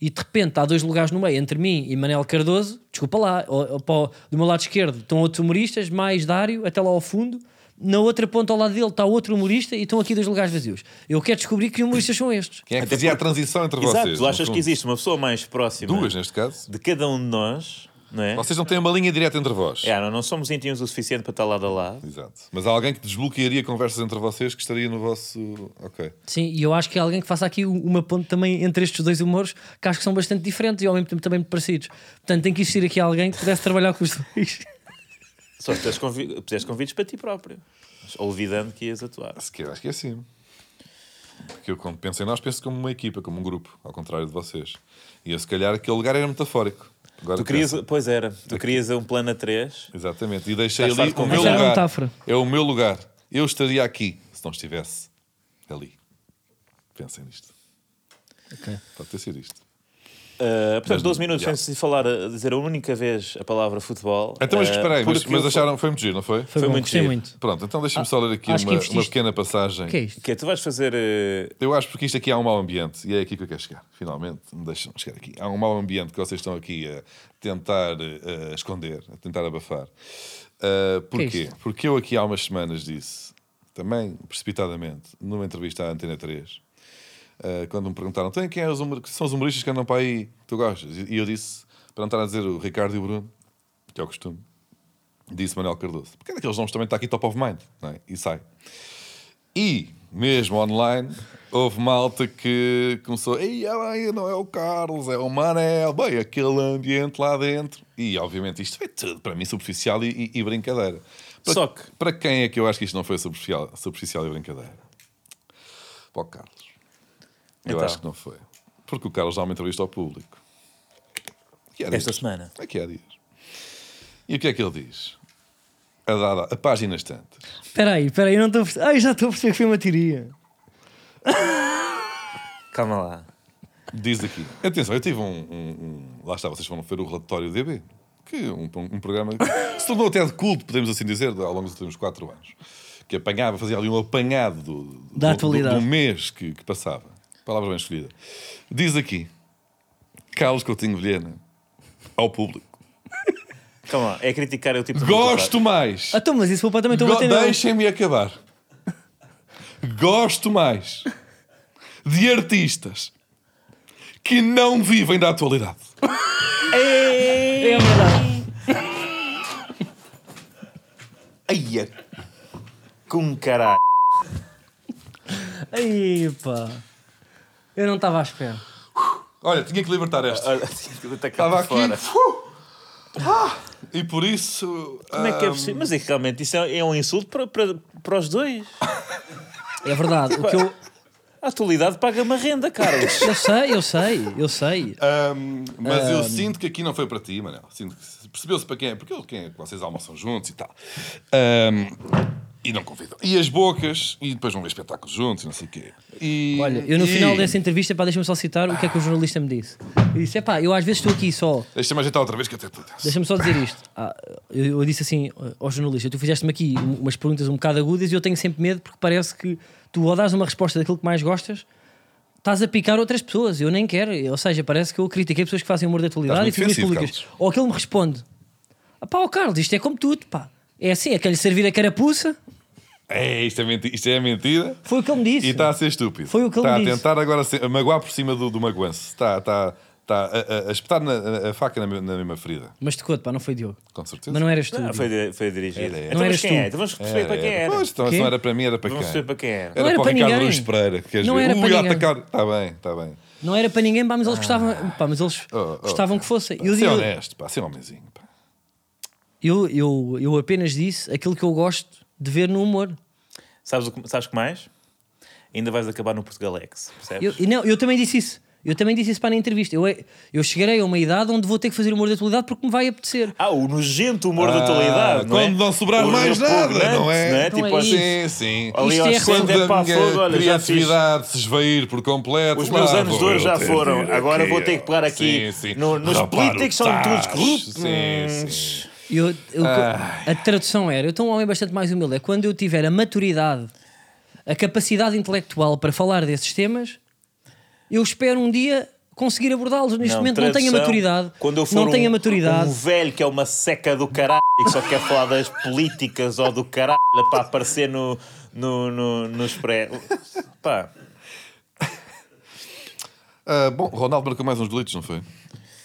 [SPEAKER 2] E de repente há dois lugares no meio, entre mim e Manel Cardoso, desculpa lá, ó- ó, pá, do meu lado esquerdo estão outros humoristas, mais Dário, até lá ao fundo. Na outra ponta ao lado dele está outro humorista e estão aqui dois lugares vazios. Eu quero descobrir que humoristas são estes.
[SPEAKER 1] Quem é que
[SPEAKER 3] Até
[SPEAKER 1] fazia
[SPEAKER 3] porque-
[SPEAKER 1] a transição entre
[SPEAKER 3] Exato,
[SPEAKER 1] vocês?
[SPEAKER 3] tu
[SPEAKER 1] no
[SPEAKER 3] achas
[SPEAKER 1] fundo?
[SPEAKER 3] que existe uma pessoa mais próxima
[SPEAKER 1] Duas, neste caso.
[SPEAKER 3] de cada um de nós, não é?
[SPEAKER 1] Vocês não têm uma linha direta entre vós.
[SPEAKER 3] É, não, não somos íntimos o suficiente para estar lado a lado.
[SPEAKER 1] Exato. Mas há alguém que desbloquearia conversas entre vocês que estaria no vosso. Ok.
[SPEAKER 2] Sim, e eu acho que há alguém que faça aqui u- uma ponte também entre estes dois humores que acho que são bastante diferentes e ao mesmo tempo também muito parecidos. Portanto, tem que existir aqui alguém que pudesse trabalhar com os dois.
[SPEAKER 3] Só que tens convi- puseste convites para ti próprio, mas olvidando que ias atuar.
[SPEAKER 1] Se calhar acho que é assim. Porque eu, quando penso em nós, penso como uma equipa, como um grupo, ao contrário de vocês. E eu, se calhar, aquele lugar era metafórico. Agora
[SPEAKER 3] Tu querias,
[SPEAKER 1] penso.
[SPEAKER 3] pois era, tu querias um plano a três.
[SPEAKER 1] Exatamente. E deixei
[SPEAKER 3] Estás
[SPEAKER 1] ali
[SPEAKER 3] farto
[SPEAKER 1] o meu
[SPEAKER 2] conversar.
[SPEAKER 3] de
[SPEAKER 2] Era uma
[SPEAKER 1] lugar.
[SPEAKER 2] metáfora.
[SPEAKER 1] É o meu lugar. Eu estaria aqui se não estivesse ali. Pensem nisto.
[SPEAKER 2] Ok.
[SPEAKER 1] Pode ter sido isto.
[SPEAKER 3] Ah, portanto,
[SPEAKER 1] Mas-
[SPEAKER 3] 12 minutos
[SPEAKER 1] já.
[SPEAKER 3] sem se falar, a dizer a única vez a palavra futebol.
[SPEAKER 1] Então, mas
[SPEAKER 3] ah,
[SPEAKER 1] esperei, mas,
[SPEAKER 3] porque
[SPEAKER 1] mas
[SPEAKER 3] eu-
[SPEAKER 1] acharam. Foi muito giro, não foi?
[SPEAKER 2] Foi,
[SPEAKER 3] Foi
[SPEAKER 2] bom,
[SPEAKER 3] muito
[SPEAKER 2] gostei
[SPEAKER 3] giro.
[SPEAKER 2] muito.
[SPEAKER 1] Pronto, então deixa-me só ler aqui
[SPEAKER 2] acho que
[SPEAKER 1] uma,
[SPEAKER 2] investiste.
[SPEAKER 1] uma pequena passagem.
[SPEAKER 2] O que é isto?
[SPEAKER 3] Que é, tu vais fazer. ah,
[SPEAKER 1] Eu acho porque isto aqui há um mau ambiente e é aqui que eu quero chegar. Finalmente, me deixam chegar aqui. Há um mau ambiente que vocês estão aqui a tentar eh, a esconder, a tentar abafar. Ah,
[SPEAKER 2] Que é
[SPEAKER 1] porquê?
[SPEAKER 2] isto?
[SPEAKER 1] porque eu aqui há umas semanas disse, também precipitadamente, numa entrevista à Antena 3, ah, quando me perguntaram "Então, quem é os humor- que são os humoristas que andam para aí que tu gostas. E eu disse, para não estar a dizer o Ricardo e o Bruno, que é o costume, disse Manuel Cardoso. Porque é daqueles nomes que também está aqui top of mind, não é? E sai. E, mesmo online, houve malta que começou. Ei, ah, bem, não é o Carlos, é o Manel, bem, aquele ambiente lá dentro. E, obviamente, isto foi tudo para mim superficial e, e- e brincadeira. Para,
[SPEAKER 3] Só que-
[SPEAKER 1] Para quem é que eu acho que isto não foi superficial, superficial e brincadeira? Para o Carlos. Eu
[SPEAKER 3] Então.
[SPEAKER 1] acho que não foi. Porque o Carlos dá uma entrevista ao público. Que há
[SPEAKER 3] Esta
[SPEAKER 1] dias.
[SPEAKER 3] semana.
[SPEAKER 1] Aqui há dias. E o que é que ele diz? A, dada a páginas tantas.
[SPEAKER 2] Espera aí, espera aí, não estou a perceber. Ai, já estou a perceber que foi uma tiria.
[SPEAKER 3] Calma lá.
[SPEAKER 1] Diz aqui. Atenção, eu tive um. um- um- lá está, vocês foram ver o relatório DB. Que é um, um programa que se tornou até de culto, podemos assim dizer, ao longo dos últimos quatro anos. Que apanhava, fazia ali um apanhado do, do-
[SPEAKER 2] Da
[SPEAKER 1] do-
[SPEAKER 2] atualidade.
[SPEAKER 1] Do, mês que, que passava. Palavra bem escolhida. Diz aqui. Carlos Coutinho Vilhena, ao público.
[SPEAKER 3] Calma lá. É criticar é o tipo de.
[SPEAKER 1] Gosto mais.
[SPEAKER 2] Ah, então, mas isso foi para também estou a
[SPEAKER 1] Go-
[SPEAKER 2] bater nele.
[SPEAKER 1] Deixem-me acabar. Gosto mais de artistas que não vivem da atualidade.
[SPEAKER 2] É verdade.
[SPEAKER 3] Aia! Com caralho!
[SPEAKER 2] Ai, pá. Eu não estava à espera.
[SPEAKER 1] Olha, tinha que libertar esta.
[SPEAKER 3] Olha, está cá
[SPEAKER 1] Estava
[SPEAKER 3] para
[SPEAKER 1] aqui.
[SPEAKER 3] fora.
[SPEAKER 1] Fu! Ah! E por isso.
[SPEAKER 3] Como é que é possível? Mas é que realmente isso é, é um insulto para, para, para os dois.
[SPEAKER 2] É verdade. O que eu...
[SPEAKER 3] A atualidade paga-me a renda, Carlos.
[SPEAKER 2] eu sei, eu sei, eu sei.
[SPEAKER 1] Ahm, mas eu sinto que aqui não foi para ti, Manel. Sinto que percebeu-se para quem é, porque eu- quem é que vocês almoçam juntos e tal. Ahm, e não convidam. E as bocas, e depois vão ver espetáculos juntos e não sei o quê. E-
[SPEAKER 2] Olha, eu no
[SPEAKER 1] e-
[SPEAKER 2] final dessa entrevista, pá, deixa-me só citar o que é que o jornalista me disse. Ele disse: é pá, eu às vezes estou aqui só.
[SPEAKER 1] Deixa-me ajeitar outra vez que até tudo.
[SPEAKER 2] Deixa-me só dizer isto. Ah, eu, eu disse assim ao jornalista: tu fizeste-me aqui um- umas perguntas um bocado agudas e eu tenho sempre medo porque parece que tu, ao dares uma resposta daquilo que mais gostas, estás a picar outras pessoas. Eu nem quero. Ou seja, parece que eu critiquei pessoas que fazem humor da atualidade e
[SPEAKER 1] Estás muito
[SPEAKER 2] figuras
[SPEAKER 1] defensivo,
[SPEAKER 2] públicas. Ou aquele me responde: ah, pá, ó Carlos, isto é como tudo, pá. É assim, é que lhe servir a carapuça.
[SPEAKER 1] É, isto é mentira. Isto é mentira.
[SPEAKER 2] Foi o que ele me disse.
[SPEAKER 1] tá- E está a ser estúpido.
[SPEAKER 2] Foi o que ele
[SPEAKER 1] Está a
[SPEAKER 2] disse.
[SPEAKER 1] tentar agora ser- magoar por cima do, do magoanço. Está, está, Está a, a- a espetar na, a- a faca na, me- na mesma ferida,
[SPEAKER 2] Mas tocou-te, pá, não foi Diogo.
[SPEAKER 1] com certeza.
[SPEAKER 2] Mas não é eras tu.
[SPEAKER 3] Não,
[SPEAKER 2] Diogo.
[SPEAKER 3] foi, di- Ah, foi dirigido.
[SPEAKER 1] Era, era.
[SPEAKER 3] Então,
[SPEAKER 2] Não
[SPEAKER 3] mas
[SPEAKER 2] eras
[SPEAKER 3] quem
[SPEAKER 2] tu.
[SPEAKER 3] é? Então vamos perceber
[SPEAKER 1] Era,
[SPEAKER 3] para quem
[SPEAKER 1] era.
[SPEAKER 3] era.
[SPEAKER 1] Pois, então, se
[SPEAKER 2] Quê?
[SPEAKER 1] não era para mim, era para
[SPEAKER 3] Vamos
[SPEAKER 1] quem?
[SPEAKER 3] perceber para quem era.
[SPEAKER 2] Não
[SPEAKER 1] Era
[SPEAKER 2] era
[SPEAKER 1] para o
[SPEAKER 2] para
[SPEAKER 1] Ricardo
[SPEAKER 2] ninguém.
[SPEAKER 1] Luís Pereira. que queres
[SPEAKER 2] Não
[SPEAKER 1] ver?
[SPEAKER 2] era
[SPEAKER 1] Ui,
[SPEAKER 2] para ninguém.
[SPEAKER 1] atacar. Está bem, está bem.
[SPEAKER 2] Não era para ninguém, pá, mas eles gostavam, pá, mas eles
[SPEAKER 1] Ah. Oh, oh,
[SPEAKER 2] gostavam que fosse.
[SPEAKER 1] Pá,
[SPEAKER 2] Eu,
[SPEAKER 1] ser
[SPEAKER 2] digo-
[SPEAKER 1] honesto, pá, ser homenzinho. Pá.
[SPEAKER 2] eu, eu, eu apenas disse aquilo que eu gosto de ver no humor.
[SPEAKER 3] Sabes o que, sabes que mais? Ainda vais acabar no Portugalex, percebes?
[SPEAKER 2] Eu, e não, eu também disse isso. Eu também disse isso para na entrevista. Eu, eu chegarei a uma idade onde vou ter que fazer humor de atualidade porque me vai apetecer.
[SPEAKER 3] Ah, o nojento humor da
[SPEAKER 1] Ah,
[SPEAKER 3] atualidade, não é?
[SPEAKER 1] quando não sobrar
[SPEAKER 3] O
[SPEAKER 1] mais nada,
[SPEAKER 3] repugnante,
[SPEAKER 1] não é?
[SPEAKER 2] Não é
[SPEAKER 3] Tipo assim,
[SPEAKER 1] Sim, sim.
[SPEAKER 3] ali
[SPEAKER 2] Isto
[SPEAKER 3] aos
[SPEAKER 2] é
[SPEAKER 3] 60 é
[SPEAKER 1] Quando
[SPEAKER 3] pá,
[SPEAKER 1] a minha
[SPEAKER 3] fogo, olha, já fiz.
[SPEAKER 1] criatividade se esvair por completo,
[SPEAKER 3] Os
[SPEAKER 1] lá
[SPEAKER 3] meus anos
[SPEAKER 1] Ah,
[SPEAKER 3] de
[SPEAKER 1] vou eu
[SPEAKER 3] ouro já
[SPEAKER 1] ter
[SPEAKER 3] foram.
[SPEAKER 1] de ir
[SPEAKER 3] Agora
[SPEAKER 1] aqui,
[SPEAKER 3] vou ter que pegar
[SPEAKER 1] ó.
[SPEAKER 3] aqui
[SPEAKER 1] Sim, sim.
[SPEAKER 3] no- nos
[SPEAKER 1] Rapar o
[SPEAKER 3] políticos, são todos
[SPEAKER 1] tacho.
[SPEAKER 3] corruptos. Hum,
[SPEAKER 1] Sim, sim.
[SPEAKER 2] Eu, eu- A tradução era: eu estou um homem bastante mais humilde. É quando eu tiver a maturidade, a capacidade intelectual para falar desses temas, eu espero um dia conseguir abordá-los. Neste momento não tenho a
[SPEAKER 3] tradução,
[SPEAKER 2] maturidade.
[SPEAKER 3] Quando eu for
[SPEAKER 2] não tenho
[SPEAKER 3] um,
[SPEAKER 2] a maturidade.
[SPEAKER 3] um velho que é uma seca do caralho e que só quer falar das políticas ou do caralho para aparecer no, no, no, nos pré. Pá,
[SPEAKER 1] Ah, bom, Ronaldo marcou mais uns golitos, não foi?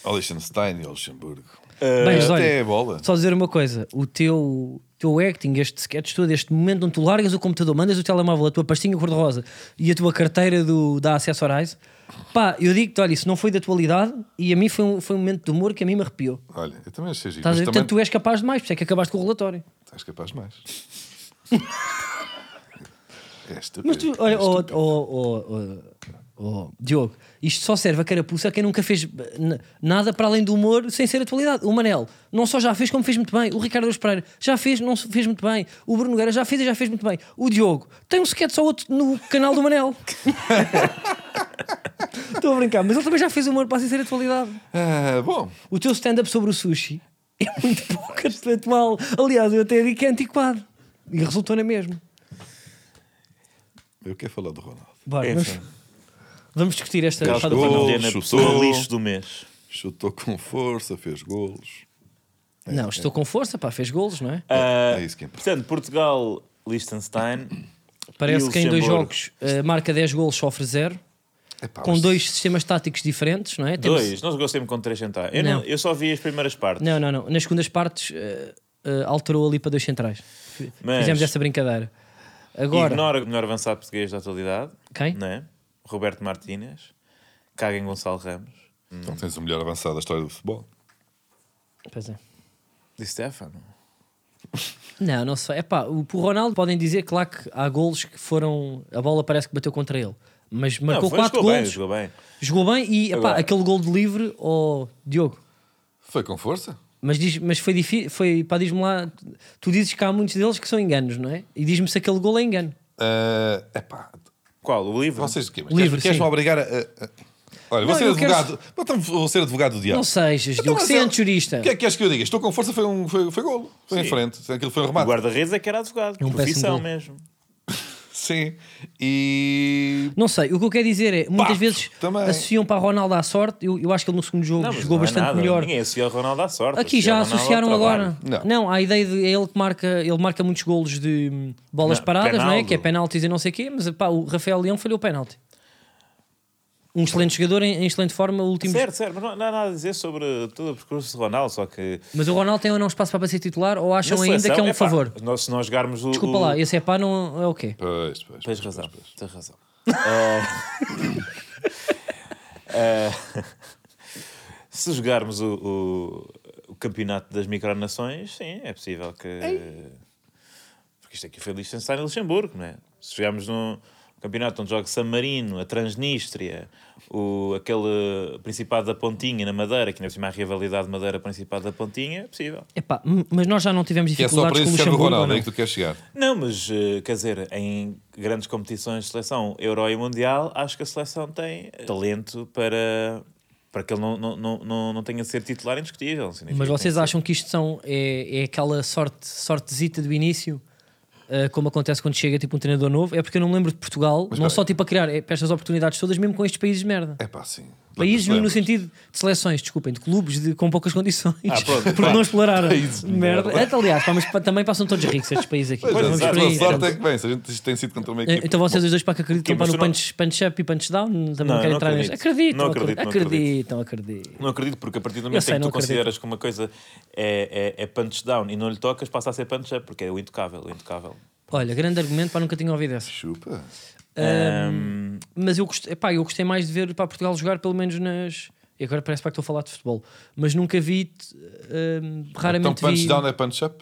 [SPEAKER 1] Ao Liechtenstein e ao Luxemburgo.
[SPEAKER 3] Ah,
[SPEAKER 2] Bem,
[SPEAKER 1] Ah, até
[SPEAKER 2] olha,
[SPEAKER 1] a bola.
[SPEAKER 2] Só dizer uma coisa: o teu, teu acting, este sketch todo, este momento onde tu largas o computador, mandas o telemóvel, a tua pastinha cor-de-rosa e a tua carteira do, da Acessorize, pá, eu digo-te, olha, isso não foi de atualidade e a mim foi um, foi um momento de humor que a mim me arrepiou.
[SPEAKER 1] Olha, eu também achei giro.
[SPEAKER 2] Estás
[SPEAKER 1] Mas
[SPEAKER 2] a
[SPEAKER 1] também
[SPEAKER 2] ver? Portanto, tu é- és capaz de mais, por isso é que acabaste com o relatório.
[SPEAKER 1] estás capaz de mais. És É estúpido,
[SPEAKER 2] Mas tu,
[SPEAKER 1] és
[SPEAKER 2] olha, oh,
[SPEAKER 1] estúpido.
[SPEAKER 2] oh, oh, oh, oh, Diogo, isto só serve a carapuça a quem nunca fez n- nada para além do humor sem ser atualidade. O Manel não só já fez, como fez muito bem. O Ricardo Aruz Pereira já fez, não se fez muito bem. O Bruno Nogueira já fez e já fez muito bem. O Diogo tem um sketch só outro no canal do Manel. Estou a brincar, mas ele também já fez humor para sem ser atualidade.
[SPEAKER 1] Ah, bom,
[SPEAKER 2] O teu stand-up sobre o sushi é muito pouco atual. Aliás, eu até digo que é antiquado. E resultou na mesma.
[SPEAKER 1] eu quero falar do Ronaldo.
[SPEAKER 2] Bora,
[SPEAKER 3] Enfim.
[SPEAKER 2] vamos, vamos discutir esta
[SPEAKER 1] Cá
[SPEAKER 2] fada
[SPEAKER 1] estou.
[SPEAKER 3] para não
[SPEAKER 1] Gol,
[SPEAKER 3] ter na
[SPEAKER 1] chutou.
[SPEAKER 3] pessoa lixo do mês.
[SPEAKER 1] Chutou com força, fez golos.
[SPEAKER 2] Não, estou com força, pá, fez golos, não é?
[SPEAKER 3] Ah,
[SPEAKER 1] É isso que importa.
[SPEAKER 3] Portanto, Portugal, Liechtenstein.
[SPEAKER 2] Parece
[SPEAKER 3] e o
[SPEAKER 2] que em dois
[SPEAKER 3] Luxemburgo?
[SPEAKER 2] jogos eh, marca 10 golos, sofre 0,
[SPEAKER 1] Epá,
[SPEAKER 2] com
[SPEAKER 1] mas-
[SPEAKER 2] dois sistemas táticos diferentes, não é? Temos-
[SPEAKER 3] Ah, Dois, nós gostamos com três centrais. Eu, não-
[SPEAKER 2] Não.
[SPEAKER 3] eu só vi as primeiras partes.
[SPEAKER 2] Não, não, não. Nas segundas partes eh, eh, alterou ali para dois centrais. F-
[SPEAKER 3] Mas-
[SPEAKER 2] Fizemos essa brincadeira. Agora,
[SPEAKER 3] Ignora o melhor avançado português da atualidade.
[SPEAKER 2] Quem?
[SPEAKER 3] Não é? Roberto Martínez. Caga em Gonçalo Ramos.
[SPEAKER 1] Então tens o melhor avançado da história do futebol.
[SPEAKER 2] Pois é.
[SPEAKER 3] Di Stefano.
[SPEAKER 2] Não, não sei. É pá, o pro Ronaldo podem dizer que lá que há golos que foram. A bola parece que bateu contra ele. Mas marcou
[SPEAKER 3] foi,
[SPEAKER 2] 4
[SPEAKER 3] jogou
[SPEAKER 2] golos,
[SPEAKER 3] bem, jogou bem.
[SPEAKER 2] jogou bem e epá,
[SPEAKER 3] Agora-
[SPEAKER 2] aquele gol de livre ao Diogo.
[SPEAKER 1] Foi com força?
[SPEAKER 2] Mas, diz, mas foi difícil, foi, pá, diz-me lá, tu dizes que há muitos deles que são enganos, não é? E diz-me se aquele gol é engano.
[SPEAKER 1] Ah, epá,
[SPEAKER 3] Qual? O livro?
[SPEAKER 1] vocês de quê? Mas
[SPEAKER 2] Livre,
[SPEAKER 1] queres- Queres-me
[SPEAKER 2] sim.
[SPEAKER 1] obrigar a. a- a- Olha,
[SPEAKER 2] Não,
[SPEAKER 1] vou ser
[SPEAKER 2] eu quero-
[SPEAKER 1] advogado. Então vou ser advogado do diabo.
[SPEAKER 2] Não sejas,
[SPEAKER 1] Então,
[SPEAKER 2] Diogo,
[SPEAKER 1] mas
[SPEAKER 2] sem
[SPEAKER 1] eu-
[SPEAKER 2] jurista.
[SPEAKER 1] O que é que queres que eu diga? Estou com força, foi, um, foi, foi golo. Foi em
[SPEAKER 3] Sim.
[SPEAKER 1] frente. Aquilo foi um
[SPEAKER 3] O
[SPEAKER 1] remate.
[SPEAKER 3] guarda-redes é que era advogado.
[SPEAKER 2] um péssimo
[SPEAKER 3] profissão
[SPEAKER 2] gol.
[SPEAKER 3] mesmo.
[SPEAKER 1] Sim. E.
[SPEAKER 2] Não sei, o que eu quero dizer é, muitas
[SPEAKER 1] Pá,
[SPEAKER 2] vezes
[SPEAKER 1] também.
[SPEAKER 2] associam para Ronaldo à sorte, eu, eu acho que ele no segundo jogo
[SPEAKER 3] Não, mas
[SPEAKER 2] jogou
[SPEAKER 3] não é
[SPEAKER 2] bastante
[SPEAKER 3] nada.
[SPEAKER 2] melhor.
[SPEAKER 3] Ninguém associa o Ronaldo à sorte.
[SPEAKER 2] Aqui
[SPEAKER 3] associa
[SPEAKER 2] já
[SPEAKER 3] o Ronaldo ao
[SPEAKER 2] associaram agora.
[SPEAKER 3] trabalho.
[SPEAKER 2] Não.
[SPEAKER 1] Não.
[SPEAKER 2] há a ideia de é ele que marca, ele marca muitos golos de hum, bolas
[SPEAKER 3] Não,
[SPEAKER 2] paradas, não é?
[SPEAKER 3] penaldo.
[SPEAKER 2] Que é penaltis e não sei o quê, mas pá, o Rafael Leão falhou o penalti. Um excelente jogador em, em excelente forma, o último
[SPEAKER 3] Certo, certo, mas não, não há nada a dizer sobre todo o percurso de Ronaldo, só que.
[SPEAKER 2] Mas o Ronaldo tem ou não espaço para ser titular ou acham
[SPEAKER 3] na
[SPEAKER 2] ainda
[SPEAKER 3] seleção,
[SPEAKER 2] que é um
[SPEAKER 3] epá,
[SPEAKER 2] favor?
[SPEAKER 3] nós- se nós jogarmos o.
[SPEAKER 2] Desculpa
[SPEAKER 3] o-
[SPEAKER 2] lá, esse é pá não é o quê?
[SPEAKER 1] Pois, pois. pois,
[SPEAKER 3] Tens razão,
[SPEAKER 1] pois, pois.
[SPEAKER 3] tens razão. Eh, Ah, ah, se jogarmos o, o- o campeonato das micronações, sim, é possível que. Porque isto aqui foi Liechtenstein e Luxemburgo, não é? Se jogarmos num campeonato onde joga San Marino, a Transnistria, o, aquele Principado da Pontinha na Madeira, que ainda por cima há rivalidade Madeira-Principado da Pontinha, é possível.
[SPEAKER 2] É pá, m- mas nós já não tivemos
[SPEAKER 1] Que é só para isso
[SPEAKER 2] dificuldades com o
[SPEAKER 1] que é do
[SPEAKER 2] Luxemburgo. ou
[SPEAKER 1] Ronaldo,
[SPEAKER 2] não?
[SPEAKER 1] é que tu queres chegar.
[SPEAKER 3] Não, mas eh, quer dizer, em grandes competições de seleção, Euro e Mundial, acho que a seleção tem eh, talento para, para que ele não, não, não, não, não tenha de ser titular indiscutível. Significa
[SPEAKER 1] é
[SPEAKER 2] é? Mas
[SPEAKER 3] que tem
[SPEAKER 2] vocês
[SPEAKER 3] de ser-
[SPEAKER 2] acham que isto são, é, é aquela sorte, sortezita do início, ah, como acontece quando chega tipo um treinador novo? É porque eu não me lembro de Portugal, não
[SPEAKER 1] espera
[SPEAKER 2] só tipo a criar é, para estas oportunidades todas, mesmo com estes países de merda.
[SPEAKER 1] É pá, sim.
[SPEAKER 2] Países no- no
[SPEAKER 1] celebres.
[SPEAKER 2] sentido de seleções, desculpem, de clubes de- com poucas condições.
[SPEAKER 3] Ah, pronto,
[SPEAKER 2] porque
[SPEAKER 3] pá,
[SPEAKER 2] não exploraram.
[SPEAKER 1] países de
[SPEAKER 2] merda.
[SPEAKER 1] merda.
[SPEAKER 2] Até, aliás, pá, mas pa- também passam todos ricos estes países aqui.
[SPEAKER 1] Pois é,
[SPEAKER 2] Vamos
[SPEAKER 1] a
[SPEAKER 2] por aí,
[SPEAKER 1] tua sorte é
[SPEAKER 2] portanto.
[SPEAKER 1] que bem, se a gente tem sido contra uma
[SPEAKER 2] Eh,
[SPEAKER 3] Tipo,
[SPEAKER 1] equipe.
[SPEAKER 2] Então vocês os dois para que acreditam
[SPEAKER 3] Sim,
[SPEAKER 2] para
[SPEAKER 3] mas
[SPEAKER 2] no
[SPEAKER 3] tu tipo, não-
[SPEAKER 2] punch, punch up e punch down? Também não,
[SPEAKER 3] Não,
[SPEAKER 2] querem
[SPEAKER 3] não
[SPEAKER 2] entrar nisso.
[SPEAKER 3] acredito.
[SPEAKER 2] Acreditam,
[SPEAKER 3] Não
[SPEAKER 2] acreditam,
[SPEAKER 3] acredito,
[SPEAKER 2] acreditam.
[SPEAKER 3] não
[SPEAKER 2] acreditam.
[SPEAKER 3] Não acredito, porque a partir do
[SPEAKER 2] Eu
[SPEAKER 3] momento
[SPEAKER 2] sei,
[SPEAKER 3] em que
[SPEAKER 2] não
[SPEAKER 3] tu
[SPEAKER 2] acredito.
[SPEAKER 3] consideras que uma coisa é, é, é punch down e não lhe tocas, passa a ser punch up, porque é o intocável, o intocável.
[SPEAKER 2] Olha, grande argumento para nunca tinha ouvido essa.
[SPEAKER 1] Chupa.
[SPEAKER 2] Ahm, mas eu gostei, epá, eu gostei mais de ver para Portugal jogar, pelo menos nas. E agora parece para que estou a falar de futebol, mas nunca vi, t- ahm,
[SPEAKER 1] Então
[SPEAKER 2] raramente
[SPEAKER 1] punch
[SPEAKER 2] vi.
[SPEAKER 1] down é punch up?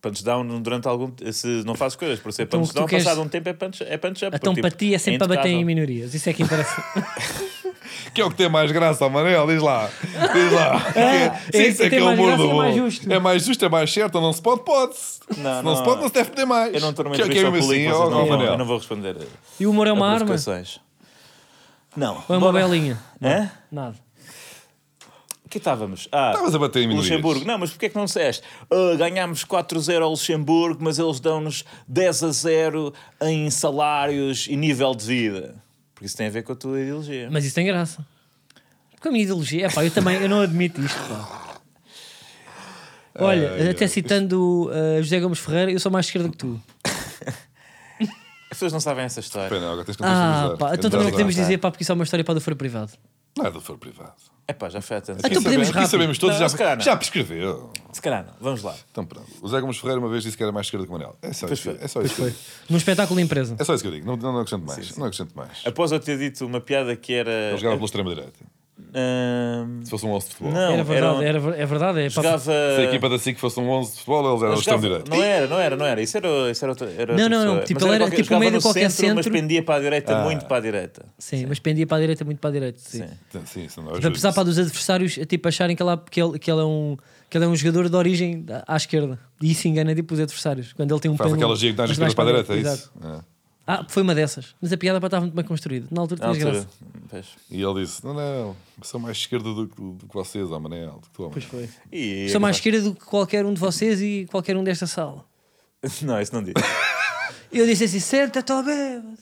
[SPEAKER 3] Punch down durante algum se não fazes coisas por ser
[SPEAKER 2] Então, o
[SPEAKER 3] punch
[SPEAKER 2] que tu
[SPEAKER 3] down,
[SPEAKER 2] queres-
[SPEAKER 3] passado um tempo é punch, é punch up.
[SPEAKER 2] Então
[SPEAKER 3] porque,
[SPEAKER 2] para
[SPEAKER 3] tipo,
[SPEAKER 2] ti é sempre para bater em
[SPEAKER 3] intocável.
[SPEAKER 2] minorias, isso é que interessa.
[SPEAKER 1] Que é o que tem mais graça, Manel, diz lá. Diz lá.
[SPEAKER 2] é esse que tem mais graça e é mais justo.
[SPEAKER 1] É mais justo, é mais certo, não se pode, pode-se. Se
[SPEAKER 3] Não,
[SPEAKER 1] Não,
[SPEAKER 3] não.
[SPEAKER 1] se pode, não se deve poder mais.
[SPEAKER 3] Eu não estou numa
[SPEAKER 1] Que é que é
[SPEAKER 3] entrevista ao
[SPEAKER 1] mesmo
[SPEAKER 3] público,
[SPEAKER 1] assim, ó,
[SPEAKER 3] vocês não
[SPEAKER 1] ó,
[SPEAKER 3] vão- eu
[SPEAKER 1] Manel.
[SPEAKER 3] não vou responder a-
[SPEAKER 2] E o humor é
[SPEAKER 3] a
[SPEAKER 2] uma arma?
[SPEAKER 3] provocações. Não.
[SPEAKER 2] Ou é uma
[SPEAKER 3] Bora.
[SPEAKER 2] belinha?
[SPEAKER 3] Hã?
[SPEAKER 2] Nada.
[SPEAKER 3] que estávamos? Ah,
[SPEAKER 1] Estavas a bater em minorias.
[SPEAKER 3] Luxemburgo. Não, mas porquê é que não disseste? Ah, ganhámos 4-0 ao Luxemburgo, mas eles dão-nos 10 a 0 em salários e nível de vida. Porque isso tem a ver com a tua ideologia.
[SPEAKER 2] Mas isso tem graça. Porque a minha ideologia, epá, eu também eu não admito isto. pá. Olha,
[SPEAKER 1] Ai,
[SPEAKER 2] até
[SPEAKER 1] ai.
[SPEAKER 2] citando uh, José Gomes Ferreira, eu sou mais esquerda que tu.
[SPEAKER 3] As pessoas não sabem essa história.
[SPEAKER 1] Pena, agora tens que
[SPEAKER 2] Ah,
[SPEAKER 1] contextualizar.
[SPEAKER 2] pá, então
[SPEAKER 1] Tens
[SPEAKER 2] também
[SPEAKER 1] de
[SPEAKER 2] não podemos
[SPEAKER 1] dar-
[SPEAKER 2] dizer, pá, porque isso é uma história para o foro privado.
[SPEAKER 1] Não é do foro privado.
[SPEAKER 3] É pá, já foi há tanto
[SPEAKER 1] Aqui
[SPEAKER 2] Então
[SPEAKER 3] tempo.
[SPEAKER 2] podemos
[SPEAKER 1] sabemos, aqui
[SPEAKER 2] rápido.
[SPEAKER 1] sabemos todos,
[SPEAKER 3] Não, se
[SPEAKER 1] já,
[SPEAKER 3] calhar não.
[SPEAKER 1] já prescreveu.
[SPEAKER 3] Se calhar não. Vamos lá.
[SPEAKER 1] Então pronto. O Zé Gomes Ferreira uma vez disse que era mais esquerdo que o Manel. É só isso,
[SPEAKER 3] foi.
[SPEAKER 1] é só isso que eu digo.
[SPEAKER 2] Num espetáculo de empresa.
[SPEAKER 1] É só isso que eu digo. Não, não, não acrescento mais. Não acrescento mais.
[SPEAKER 3] Após eu ter dito uma piada que era. ah,
[SPEAKER 1] Ele jogava pela extrema-direita.
[SPEAKER 3] Ahm,
[SPEAKER 1] Se fosse um 11 de futebol.
[SPEAKER 3] Não,
[SPEAKER 2] Era verdade,
[SPEAKER 3] era-
[SPEAKER 2] era, ver- é verdade. É, pá,
[SPEAKER 3] jogava.
[SPEAKER 1] Se a equipa da SIC fosse um 11 de futebol, eles eram
[SPEAKER 3] Não
[SPEAKER 1] o
[SPEAKER 3] jogava-
[SPEAKER 1] extremo-direito.
[SPEAKER 3] Não era, não era, não era. Isso era, isso era outra, era
[SPEAKER 2] Não,
[SPEAKER 3] outra
[SPEAKER 2] não, não.
[SPEAKER 3] pessoa.
[SPEAKER 2] Tipo,
[SPEAKER 3] Mas
[SPEAKER 2] ele era
[SPEAKER 3] qualquer-
[SPEAKER 2] tipo
[SPEAKER 3] jogava
[SPEAKER 2] meio
[SPEAKER 3] no
[SPEAKER 2] de qualquer
[SPEAKER 3] Mas
[SPEAKER 2] centro. Ah.
[SPEAKER 3] pendia para a direita, muito para a direita.
[SPEAKER 2] sim, mas pendia para a direita, muito para a direita. Sim.
[SPEAKER 3] Sim.
[SPEAKER 1] Então, Sim, isso não
[SPEAKER 2] Tipo, Apesar pá, dos adversários é, tipo, acharem que ele, há- que, ele, que, ele é um, que ele é um jogador de origem da- à esquerda. E isso engana tipo, os adversários. Quando ele tem um
[SPEAKER 1] Faz
[SPEAKER 2] pêndulo,
[SPEAKER 1] aquelas diagonais
[SPEAKER 2] mas mais
[SPEAKER 1] para a direita, é
[SPEAKER 2] exato.
[SPEAKER 1] isso? É.
[SPEAKER 2] Ah, foi uma dessas. Mas a piada pá, estava muito bem construída. Na altura
[SPEAKER 3] Na
[SPEAKER 2] tinhas
[SPEAKER 3] altura.
[SPEAKER 2] graça.
[SPEAKER 3] Pois.
[SPEAKER 1] E ele disse: Não, não, sou mais esquerda do, que- do que vocês, ó Manel. Do que tu, ó, Manel.
[SPEAKER 2] foi.
[SPEAKER 3] E- é
[SPEAKER 2] Sou mais esquerda do que qualquer um de vocês e qualquer um desta sala.
[SPEAKER 3] Não, isso não diz.
[SPEAKER 2] E eu disse assim: senta, estou bêbado.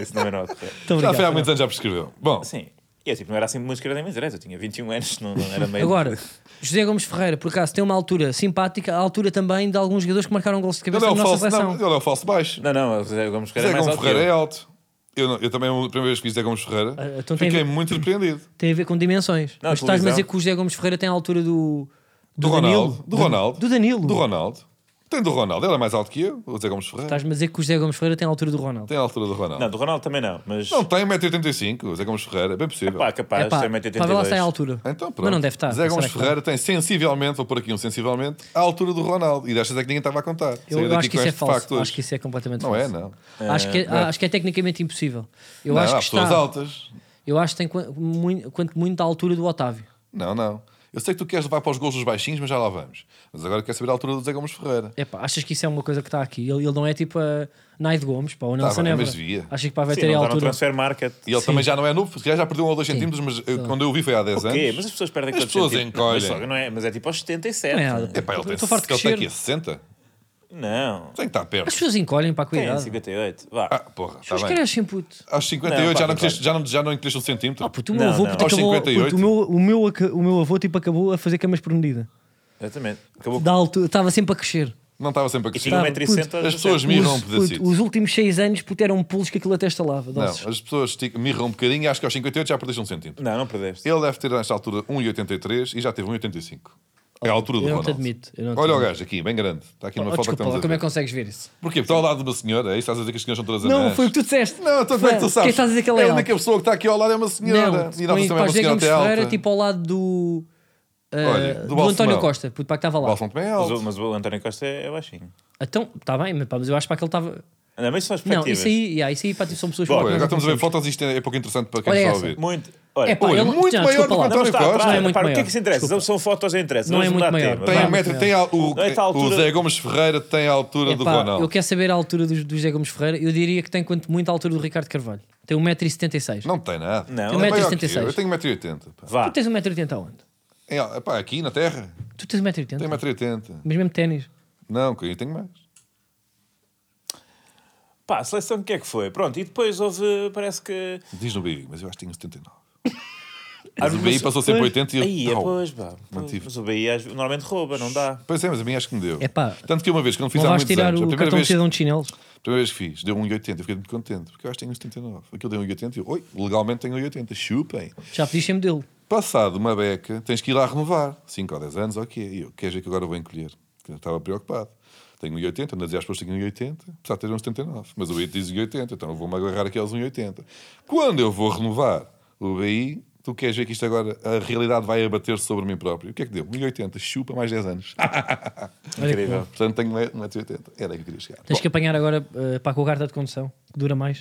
[SPEAKER 3] Isso não era o correto.
[SPEAKER 2] Muito
[SPEAKER 1] já
[SPEAKER 2] obrigado.
[SPEAKER 1] foi há muitos anos, já prescreveu. Bom,
[SPEAKER 3] Sim. E eu tipo, não era assim muito esquerda nem muito direita. Eu tinha 21 anos, não, não era meio.
[SPEAKER 2] Agora, José Gomes Ferreira, por acaso, tem uma altura simpática, a altura também de alguns jogadores que marcaram gols de
[SPEAKER 1] ele é,
[SPEAKER 2] cabeça na
[SPEAKER 1] o
[SPEAKER 2] nossa
[SPEAKER 1] falso,
[SPEAKER 2] seleção.
[SPEAKER 1] não, ele é o falso baixo.
[SPEAKER 3] Não, não, o Zé Gomes Ferreira
[SPEAKER 1] Zé
[SPEAKER 3] é mais
[SPEAKER 1] Gomes
[SPEAKER 3] alto. que
[SPEAKER 1] Ferreira é
[SPEAKER 3] eu.
[SPEAKER 1] alto. Eu, não- eu também, a primeira vez que vi Zé Gomes Ferreira,
[SPEAKER 2] Ah, então tem a
[SPEAKER 1] fiquei
[SPEAKER 2] ver-
[SPEAKER 1] muito surpreendido.
[SPEAKER 2] Tem a ver com dimensões.
[SPEAKER 3] Não,
[SPEAKER 2] Mas estás-me a
[SPEAKER 3] televisão.
[SPEAKER 2] dizer que o José Gomes Ferreira tem a altura do.
[SPEAKER 1] Do, Ronaldo.
[SPEAKER 2] Danilo?
[SPEAKER 1] Do Ronaldo.
[SPEAKER 2] Do Danilo.
[SPEAKER 1] Do Ronaldo. Tem do Ronaldo. Ele é mais alto que eu, o Zé Gomes Ferreira.
[SPEAKER 2] Estás-me a dizer que o José Gomes Ferreira tem a altura do Ronaldo.
[SPEAKER 1] Tem a altura do Ronaldo.
[SPEAKER 3] Não, do Ronaldo também não, mas.
[SPEAKER 1] Não, tem 1,85m, o Zé Gomes Ferreira, é bem possível.
[SPEAKER 3] Pá, capaz,
[SPEAKER 2] Epá, é
[SPEAKER 3] tem 1,82.
[SPEAKER 2] pá, vê lá se tem a altura.
[SPEAKER 1] Então, pronto.
[SPEAKER 2] Mas não deve estar.
[SPEAKER 1] Zé Gomes
[SPEAKER 2] Será que está?
[SPEAKER 1] Ferreira tem sensivelmente, vou pôr aqui um sensivelmente, à altura do Ronaldo. E destas é que ninguém estava a contar. Saí
[SPEAKER 2] Eu, eu
[SPEAKER 1] daqui
[SPEAKER 2] acho
[SPEAKER 1] com
[SPEAKER 2] que isso é
[SPEAKER 1] este
[SPEAKER 2] falso.
[SPEAKER 1] facto hoje.
[SPEAKER 2] acho que isso é completamente
[SPEAKER 1] Não é,
[SPEAKER 2] falso.
[SPEAKER 1] não.
[SPEAKER 2] Acho, que é, acho que é tecnicamente impossível. Eu
[SPEAKER 1] não,
[SPEAKER 2] acho
[SPEAKER 1] há
[SPEAKER 2] que
[SPEAKER 1] pessoas
[SPEAKER 2] está.
[SPEAKER 1] altas.
[SPEAKER 2] Eu acho que tem quan- muito- quanto muito à altura do Otávio.
[SPEAKER 1] Não, não. Eu sei que tu queres levar para os gols dos baixinhos, mas já lá vamos. Mas agora quero saber a altura do Zé Gomes Ferreira.
[SPEAKER 2] Epá, achas que isso é uma coisa que está aqui? Ele, ele não é tipo a Naide Gomes, pá, ou Nelson
[SPEAKER 1] Tá bem,
[SPEAKER 2] Évora.
[SPEAKER 1] mas devia.
[SPEAKER 2] Achas que pá, vai
[SPEAKER 3] Sim,
[SPEAKER 2] ter a
[SPEAKER 3] não está no
[SPEAKER 2] altura.
[SPEAKER 3] transfer market.
[SPEAKER 1] E ele
[SPEAKER 2] Sim.
[SPEAKER 1] também já não é novo, se calhar já perdeu um ou dois centímetros, mas eu- quando eu o vi foi há 10
[SPEAKER 3] O quê?
[SPEAKER 1] anos.
[SPEAKER 3] Mas as pessoas perdem
[SPEAKER 1] As
[SPEAKER 3] quantos
[SPEAKER 1] pessoas
[SPEAKER 3] centímetros? Mas,
[SPEAKER 1] encolhem.
[SPEAKER 3] só- não é, mas é tipo aos 77.
[SPEAKER 2] Não é nada.
[SPEAKER 1] Epá, ele tem,
[SPEAKER 2] Estou farto de
[SPEAKER 1] ele tem
[SPEAKER 2] crescer.
[SPEAKER 1] aqui 60?
[SPEAKER 3] Não.
[SPEAKER 1] Tem que estar perto.
[SPEAKER 2] As pessoas encolhem para a
[SPEAKER 3] Tem
[SPEAKER 2] cuidado.
[SPEAKER 3] 58. Vá.
[SPEAKER 1] Ah, porra,
[SPEAKER 2] As
[SPEAKER 1] está
[SPEAKER 2] pessoas
[SPEAKER 1] bem.
[SPEAKER 2] crescem, puto.
[SPEAKER 1] Aos
[SPEAKER 3] Não,
[SPEAKER 1] 58
[SPEAKER 3] pá,
[SPEAKER 1] já, não
[SPEAKER 3] capaz.
[SPEAKER 1] cresce- já, não, já não cresce um centímetro.
[SPEAKER 2] Ah, puto, o meu
[SPEAKER 3] Não,
[SPEAKER 2] avô
[SPEAKER 3] não.
[SPEAKER 2] puto,
[SPEAKER 1] Aos
[SPEAKER 2] acabou.
[SPEAKER 1] 58.
[SPEAKER 2] puto, o, meu, o, meu, aca- o meu avô tipo, acabou a fazer camas por medida.
[SPEAKER 3] Exatamente. Acabou.
[SPEAKER 2] Da altura, estava sempre a crescer.
[SPEAKER 1] Não estava sempre a
[SPEAKER 3] E
[SPEAKER 1] crescer.
[SPEAKER 3] tinha
[SPEAKER 2] Tá,
[SPEAKER 3] 1,60m.
[SPEAKER 1] As pessoas miram um
[SPEAKER 2] Os,
[SPEAKER 1] pedacito.
[SPEAKER 2] puto, os últimos 6 anos puto, eram pulos que aquilo até estalava.
[SPEAKER 1] Não,
[SPEAKER 2] Doses.
[SPEAKER 1] as pessoas esticam- mirram um bocadinho e acho que aos 58 já perdeste um centímetro.
[SPEAKER 3] Não, não perdeste.
[SPEAKER 1] Ele deve ter, nesta altura, 1,83 e já teve 1,85. É a altura do
[SPEAKER 2] eu não te
[SPEAKER 1] Ronaldo.
[SPEAKER 2] admito, eu não te
[SPEAKER 1] Olha o
[SPEAKER 2] admito.
[SPEAKER 1] gajo aqui, bem grande. Está aqui numa
[SPEAKER 2] Oh,
[SPEAKER 1] foto que
[SPEAKER 2] desculpa,
[SPEAKER 1] estamos
[SPEAKER 2] lá,
[SPEAKER 1] a
[SPEAKER 2] como é
[SPEAKER 1] ver.
[SPEAKER 2] que consegues ver isso?
[SPEAKER 1] Porquê? Porque está ao lado de uma senhora, é isso? Estás a dizer que as senhoras são todas
[SPEAKER 2] Não,
[SPEAKER 1] anãs?
[SPEAKER 2] foi o que tu disseste.
[SPEAKER 1] Não, então como é que tu
[SPEAKER 2] Quem
[SPEAKER 1] sabes?
[SPEAKER 2] estás a dizer que ela
[SPEAKER 1] é
[SPEAKER 2] é
[SPEAKER 1] a única
[SPEAKER 2] alta?
[SPEAKER 1] pessoa que está aqui ao lado é uma senhora.
[SPEAKER 2] Não,
[SPEAKER 1] e nós
[SPEAKER 2] põe-
[SPEAKER 1] também é
[SPEAKER 2] pá,
[SPEAKER 1] uma
[SPEAKER 2] José
[SPEAKER 1] senhora
[SPEAKER 2] Gomes
[SPEAKER 1] até
[SPEAKER 2] Ferreira,
[SPEAKER 1] alta.
[SPEAKER 2] tipo ao lado do. ah,
[SPEAKER 1] Olha, do
[SPEAKER 2] do
[SPEAKER 1] Balsemão.
[SPEAKER 2] António Costa, puto, pá, que estava
[SPEAKER 1] O
[SPEAKER 2] lá.
[SPEAKER 1] Balsam também é
[SPEAKER 3] Mas,
[SPEAKER 1] alto.
[SPEAKER 3] o- mas o António Costa é é baixinho.
[SPEAKER 2] Então, está bem, mas, pá, mas eu acho pá, que ele estava.
[SPEAKER 3] Não, mas isso são as
[SPEAKER 2] Não,
[SPEAKER 3] perspectivas.
[SPEAKER 2] isso aí, yeah, isso aí pá, tipo, são pessoas
[SPEAKER 3] Bom,
[SPEAKER 2] que
[SPEAKER 1] Olha,
[SPEAKER 2] nós
[SPEAKER 1] agora
[SPEAKER 2] não
[SPEAKER 1] estamos a ver
[SPEAKER 2] conhecemos.
[SPEAKER 1] fotos, isto é é pouco interessante para quem
[SPEAKER 2] Olha
[SPEAKER 1] está a
[SPEAKER 2] essa.
[SPEAKER 1] ouvir.
[SPEAKER 3] Muito. Olha,
[SPEAKER 2] É pá,
[SPEAKER 1] Olha,
[SPEAKER 2] ele-
[SPEAKER 1] muito
[SPEAKER 2] já,
[SPEAKER 1] maior
[SPEAKER 2] desculpa
[SPEAKER 1] do que
[SPEAKER 2] lá.
[SPEAKER 1] o António
[SPEAKER 3] não está,
[SPEAKER 1] Costa.
[SPEAKER 3] para,
[SPEAKER 2] Não é muito
[SPEAKER 3] para, o que é
[SPEAKER 2] maior,
[SPEAKER 3] que isso interessa?
[SPEAKER 2] desculpa.
[SPEAKER 3] São fotos, não interessa.
[SPEAKER 2] Não
[SPEAKER 3] Vamos
[SPEAKER 2] é muito
[SPEAKER 3] mudar de
[SPEAKER 2] maior.
[SPEAKER 3] tema.
[SPEAKER 1] Tem
[SPEAKER 2] Vá,
[SPEAKER 1] a
[SPEAKER 3] Vá.
[SPEAKER 1] meta,
[SPEAKER 2] Manuel.
[SPEAKER 1] tem a, o,
[SPEAKER 3] Não, esta
[SPEAKER 1] o
[SPEAKER 3] altura-
[SPEAKER 1] Zé Gomes Ferreira tem a altura do
[SPEAKER 2] Epá,
[SPEAKER 1] Ronaldo.
[SPEAKER 2] eu quero saber a altura do, do José Gomes Ferreira. Eu diria que tem quanto muito a altura do Ricardo Carvalho. Tem 1,76m.
[SPEAKER 1] Não tem nada.
[SPEAKER 3] Não.
[SPEAKER 1] Ele
[SPEAKER 3] Tem
[SPEAKER 1] é maior
[SPEAKER 2] 1,76.
[SPEAKER 1] que Eu Eu tenho 1,80m. pá.
[SPEAKER 2] Tu tens 1,80m aonde?
[SPEAKER 1] É, pá, aqui na Terra,
[SPEAKER 2] Tu tens 1,80m?
[SPEAKER 1] tenho 1,80m.
[SPEAKER 2] Mas mesmo ténis.
[SPEAKER 1] Não, que eu tenho mais.
[SPEAKER 3] Pá, a seleção que é que foi? Pronto, e depois houve, parece que...
[SPEAKER 1] Diz no Big, mas eu acho que tenho 79. Mas o BI passou sempre 80 e eu.
[SPEAKER 3] Aí é
[SPEAKER 1] Au.
[SPEAKER 3] pois, pá.
[SPEAKER 1] Mantive.
[SPEAKER 3] Mas o BI às- normalmente rouba, não dá.
[SPEAKER 1] Pois é, mas a mim acho que me deu.
[SPEAKER 2] É pá.
[SPEAKER 1] Tanto que uma vez, quando fiz
[SPEAKER 2] Não
[SPEAKER 1] há
[SPEAKER 2] vais
[SPEAKER 1] muitos
[SPEAKER 2] tirar
[SPEAKER 1] anos, a
[SPEAKER 2] o
[SPEAKER 1] primeira
[SPEAKER 2] cartão de
[SPEAKER 1] vez,
[SPEAKER 2] cidadão de chinelos.
[SPEAKER 1] a primeira vez que fiz, deu 1,80. Fiquei muito contente, porque eu acho que tenho um uns 79. Aquilo deu 1,80 e eu, oi, legalmente tenho 1,80. Chupem.
[SPEAKER 2] Já pedi sempre dele.
[SPEAKER 1] Passado uma beca, tens que ir lá renovar. 5 ou 10 anos, ok. E eu, queres ver que agora vou encolher? Eu estava preocupado. Tenho 1,80, ando a dizer às pessoas que tenho 1,80, apesar de ter um uns 79. Mas o BI diz 1,80, então eu vou-me agarrar aqui aos 1,80. Quando eu vou renovar o BI, tu queres ver que isto agora, a realidade vai abater sobre mim próprio. O que é que deu? 1,80, chupa mais 10 anos. Ah,
[SPEAKER 2] Olha que
[SPEAKER 3] Incrível.
[SPEAKER 2] bom.
[SPEAKER 1] Portanto, tenho 1,80m. Era aí É que eu queria chegar.
[SPEAKER 2] Tens que apanhar agora eh, pá, com a carta de condução, que dura mais.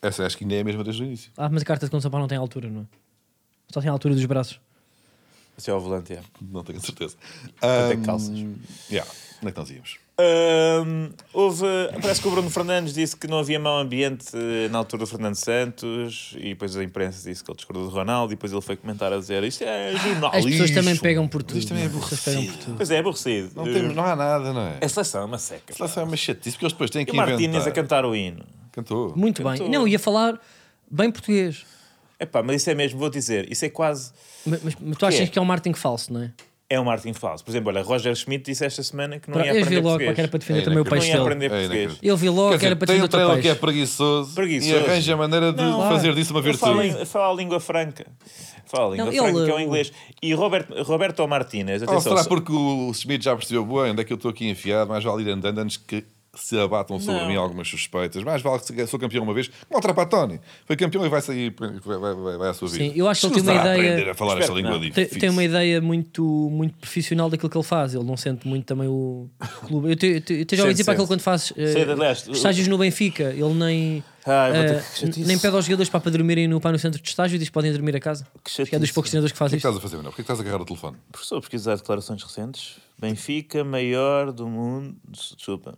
[SPEAKER 1] Bom, essa acho que ainda é a mesma desde o início.
[SPEAKER 2] Ah, mas a carta de condução pá, não tem altura, não é? Só tem a altura dos braços.
[SPEAKER 3] Assim ao volante, é.
[SPEAKER 1] Não tenho certeza.
[SPEAKER 3] Até
[SPEAKER 1] Ahm,
[SPEAKER 3] calças.
[SPEAKER 1] yeah. Onde é que nós íamos?
[SPEAKER 3] Hum, houve, parece que o Bruno Fernandes disse que não havia mau ambiente eh, na altura do Fernando Santos e depois a imprensa disse que ele discordou do Ronaldo e depois ele foi comentar a dizer isto
[SPEAKER 1] Ah,
[SPEAKER 3] é
[SPEAKER 2] As
[SPEAKER 3] jornalismo.
[SPEAKER 2] pessoas também pegam por tudo.
[SPEAKER 1] Isto também é
[SPEAKER 2] não As pessoas pegam por
[SPEAKER 1] aborrecido.
[SPEAKER 2] tudo.
[SPEAKER 3] Pois é, aborrecido.
[SPEAKER 1] Não, temos, não há nada, não é?
[SPEAKER 3] A seleção é uma seca.
[SPEAKER 1] Lá só é uma chatice, porque eles depois têm que
[SPEAKER 3] E o Martínez
[SPEAKER 1] inventar.
[SPEAKER 3] a cantar o hino.
[SPEAKER 1] Cantou.
[SPEAKER 2] Muito
[SPEAKER 3] Eu
[SPEAKER 2] bem.
[SPEAKER 3] tô-
[SPEAKER 2] Não, ia falar bem português.
[SPEAKER 3] Epá, mas isso é mesmo, vou dizer, isso é quase...
[SPEAKER 2] Mas, mas- mas tu achas
[SPEAKER 3] é?
[SPEAKER 2] que é um marketing falso, não é?
[SPEAKER 3] É um marketing falso. Por exemplo, olha, Roger Schmidt disse esta semana que não
[SPEAKER 2] Pra-
[SPEAKER 3] ia
[SPEAKER 2] eu vi
[SPEAKER 3] aprender
[SPEAKER 2] logo
[SPEAKER 3] português.
[SPEAKER 2] pá, que era para defender
[SPEAKER 1] É
[SPEAKER 2] também o
[SPEAKER 1] inacreditável.
[SPEAKER 2] peixe
[SPEAKER 3] Não ia
[SPEAKER 2] dele.
[SPEAKER 3] aprender
[SPEAKER 1] É
[SPEAKER 3] português.
[SPEAKER 2] Eu vi logo
[SPEAKER 1] Quer
[SPEAKER 2] que era
[SPEAKER 1] dizer, tem
[SPEAKER 2] para defender
[SPEAKER 1] um
[SPEAKER 2] o teu
[SPEAKER 1] trailer que é
[SPEAKER 2] peixe.
[SPEAKER 1] preguiçoso,
[SPEAKER 3] Preguiçoso.
[SPEAKER 1] e arranja maneira de
[SPEAKER 3] Não,
[SPEAKER 1] fazer disso uma
[SPEAKER 3] Ele Fala,
[SPEAKER 1] virtude.
[SPEAKER 3] em- fala a língua franca. Fala a língua
[SPEAKER 2] Não, ele-
[SPEAKER 3] franca, que é o inglês. E Roberto, Roberto Martínez,
[SPEAKER 1] Ou
[SPEAKER 3] atenção.
[SPEAKER 1] Oh, será porque o Smith já percebeu bem onde é que eu estou aqui enfiado, mais vale ir andando antes que se abatam sobre
[SPEAKER 3] Não.
[SPEAKER 1] mim algumas suspeitas. Mais vale que sou campeão uma vez, como o Trapatoni. Foi campeão e vai sair, vai, vai, vai, vai à sua vida.
[SPEAKER 2] Sim, eu acho que ele tem uma
[SPEAKER 1] Escusar
[SPEAKER 2] ideia-
[SPEAKER 1] aprender a falar esta
[SPEAKER 3] Espero que
[SPEAKER 1] língua
[SPEAKER 3] não.
[SPEAKER 2] Tem,
[SPEAKER 1] difícil. é
[SPEAKER 2] tem uma ideia muito, muito profissional daquilo que ele faz. Ele não sente muito também o clube. Eu, te, eu, te, eu te já ouvi
[SPEAKER 3] Sente,
[SPEAKER 2] dizer para aquele
[SPEAKER 3] sente.
[SPEAKER 2] quando faz eh,
[SPEAKER 3] Sente, aliás, o-
[SPEAKER 2] estágios no Benfica. Ele nem,
[SPEAKER 3] Ai, vou
[SPEAKER 2] eh,
[SPEAKER 3] ter que- chatice.
[SPEAKER 2] nem pede aos jogadores para, para dormirem no, para no centro de estágio e diz que podem dormir a casa. Acho Que é dos
[SPEAKER 3] chatice.
[SPEAKER 2] poucos treinadores que faz
[SPEAKER 1] O que é que estás
[SPEAKER 2] isto.
[SPEAKER 1] a fazer, Manuel? Porquê que estás a agarrar o telefone?
[SPEAKER 3] Professor, pesquisar declarações recentes. Benfica, maior do mundo. Desculpa.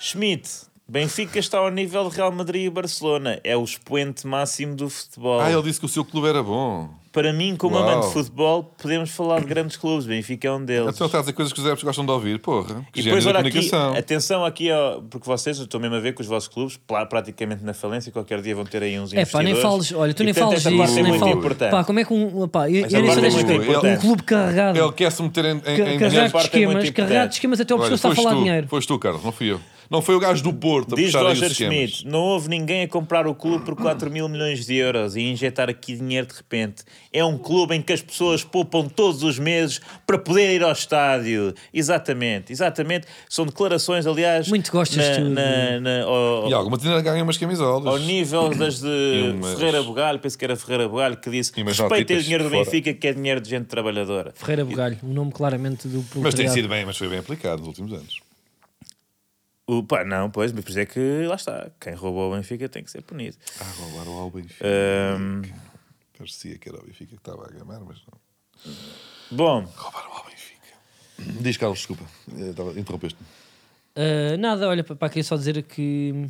[SPEAKER 3] Schmidt. Benfica está ao nível de Real Madrid e Barcelona. É o expoente máximo do futebol.
[SPEAKER 1] Ah, ele disse que o seu clube era bom.
[SPEAKER 3] Para mim, como
[SPEAKER 1] Uau.
[SPEAKER 3] amante de futebol, podemos falar de grandes clubes. Benfica é um deles.
[SPEAKER 1] Então está a dizer coisas que os adeptos gostam de ouvir, porra. Que
[SPEAKER 3] E
[SPEAKER 1] gênio
[SPEAKER 3] depois,
[SPEAKER 1] da
[SPEAKER 3] olha aqui,
[SPEAKER 1] comunicação.
[SPEAKER 3] atenção aqui, ó, porque vocês, eu estou mesmo a ver que os vossos clubes, pla- praticamente na falência, qualquer dia vão ter aí uns
[SPEAKER 2] É pá, nem
[SPEAKER 3] investidores.
[SPEAKER 2] fales, olha, tu
[SPEAKER 3] E,
[SPEAKER 2] nem
[SPEAKER 3] portanto,
[SPEAKER 2] falas
[SPEAKER 3] esta parte
[SPEAKER 2] disso,
[SPEAKER 3] é
[SPEAKER 2] nem
[SPEAKER 3] muito
[SPEAKER 2] falas.
[SPEAKER 3] importante.
[SPEAKER 2] Pá, como é que um. Pá, eu,
[SPEAKER 3] Essa
[SPEAKER 2] eu nem
[SPEAKER 3] parte
[SPEAKER 2] sei
[SPEAKER 3] é
[SPEAKER 2] destas
[SPEAKER 3] muito
[SPEAKER 2] coisas. Um
[SPEAKER 3] importante.
[SPEAKER 2] clube carregado.
[SPEAKER 1] Ele quer é se meter em, em,
[SPEAKER 2] ca-
[SPEAKER 1] em
[SPEAKER 2] carregado de
[SPEAKER 3] parte é muito
[SPEAKER 2] esquemas, carregado
[SPEAKER 3] importante.
[SPEAKER 2] de esquemas até o pessoa
[SPEAKER 1] Olha,
[SPEAKER 2] está a
[SPEAKER 1] foste
[SPEAKER 2] falar
[SPEAKER 1] tu,
[SPEAKER 2] dinheiro.
[SPEAKER 1] Foste tu, Carlos, não fui eu. Não foi o gajo do Porto a
[SPEAKER 3] Diz
[SPEAKER 1] puxar aí os
[SPEAKER 3] Roger
[SPEAKER 1] esquemas.
[SPEAKER 3] Schmidt, não houve ninguém a comprar o clube por 4 mil milhões de euros e injetar aqui dinheiro de repente. É um clube em que as pessoas poupam todos os meses para poder ir ao estádio. Exatamente, exatamente. São declarações, aliás,
[SPEAKER 2] Muito gostas
[SPEAKER 3] na,
[SPEAKER 2] tu de-
[SPEAKER 3] na- na- ao,
[SPEAKER 1] E alguma tinha ganha umas camisolas.
[SPEAKER 3] ao nível das de
[SPEAKER 1] E umas-
[SPEAKER 3] Ferreira Bugalho, penso que era Ferreira Bugalho, que disse
[SPEAKER 1] E umas
[SPEAKER 3] respeitem o
[SPEAKER 1] notitas
[SPEAKER 3] dinheiro do
[SPEAKER 1] fora."
[SPEAKER 3] Benfica, que é dinheiro de gente trabalhadora.
[SPEAKER 2] Ferreira Bugalho, um nome claramente do
[SPEAKER 1] Mas tem
[SPEAKER 2] proletariado.
[SPEAKER 1] sido bem, mas foi bem aplicado nos últimos anos.
[SPEAKER 3] O, pá, não, pois, mas por isso é que lá está. Quem roubou o Benfica tem que ser punido.
[SPEAKER 1] Ah, roubaram ao Benfica.
[SPEAKER 3] Ahm,
[SPEAKER 1] Hum. Parecia que era o Benfica que estava a gamar, mas não.
[SPEAKER 3] bom,
[SPEAKER 1] Roubaram ao Benfica. Diz, Carlos, desculpa. Eh, estava- Interrompeste-me.
[SPEAKER 2] Uh, nada, olha, pá, queria só dizer que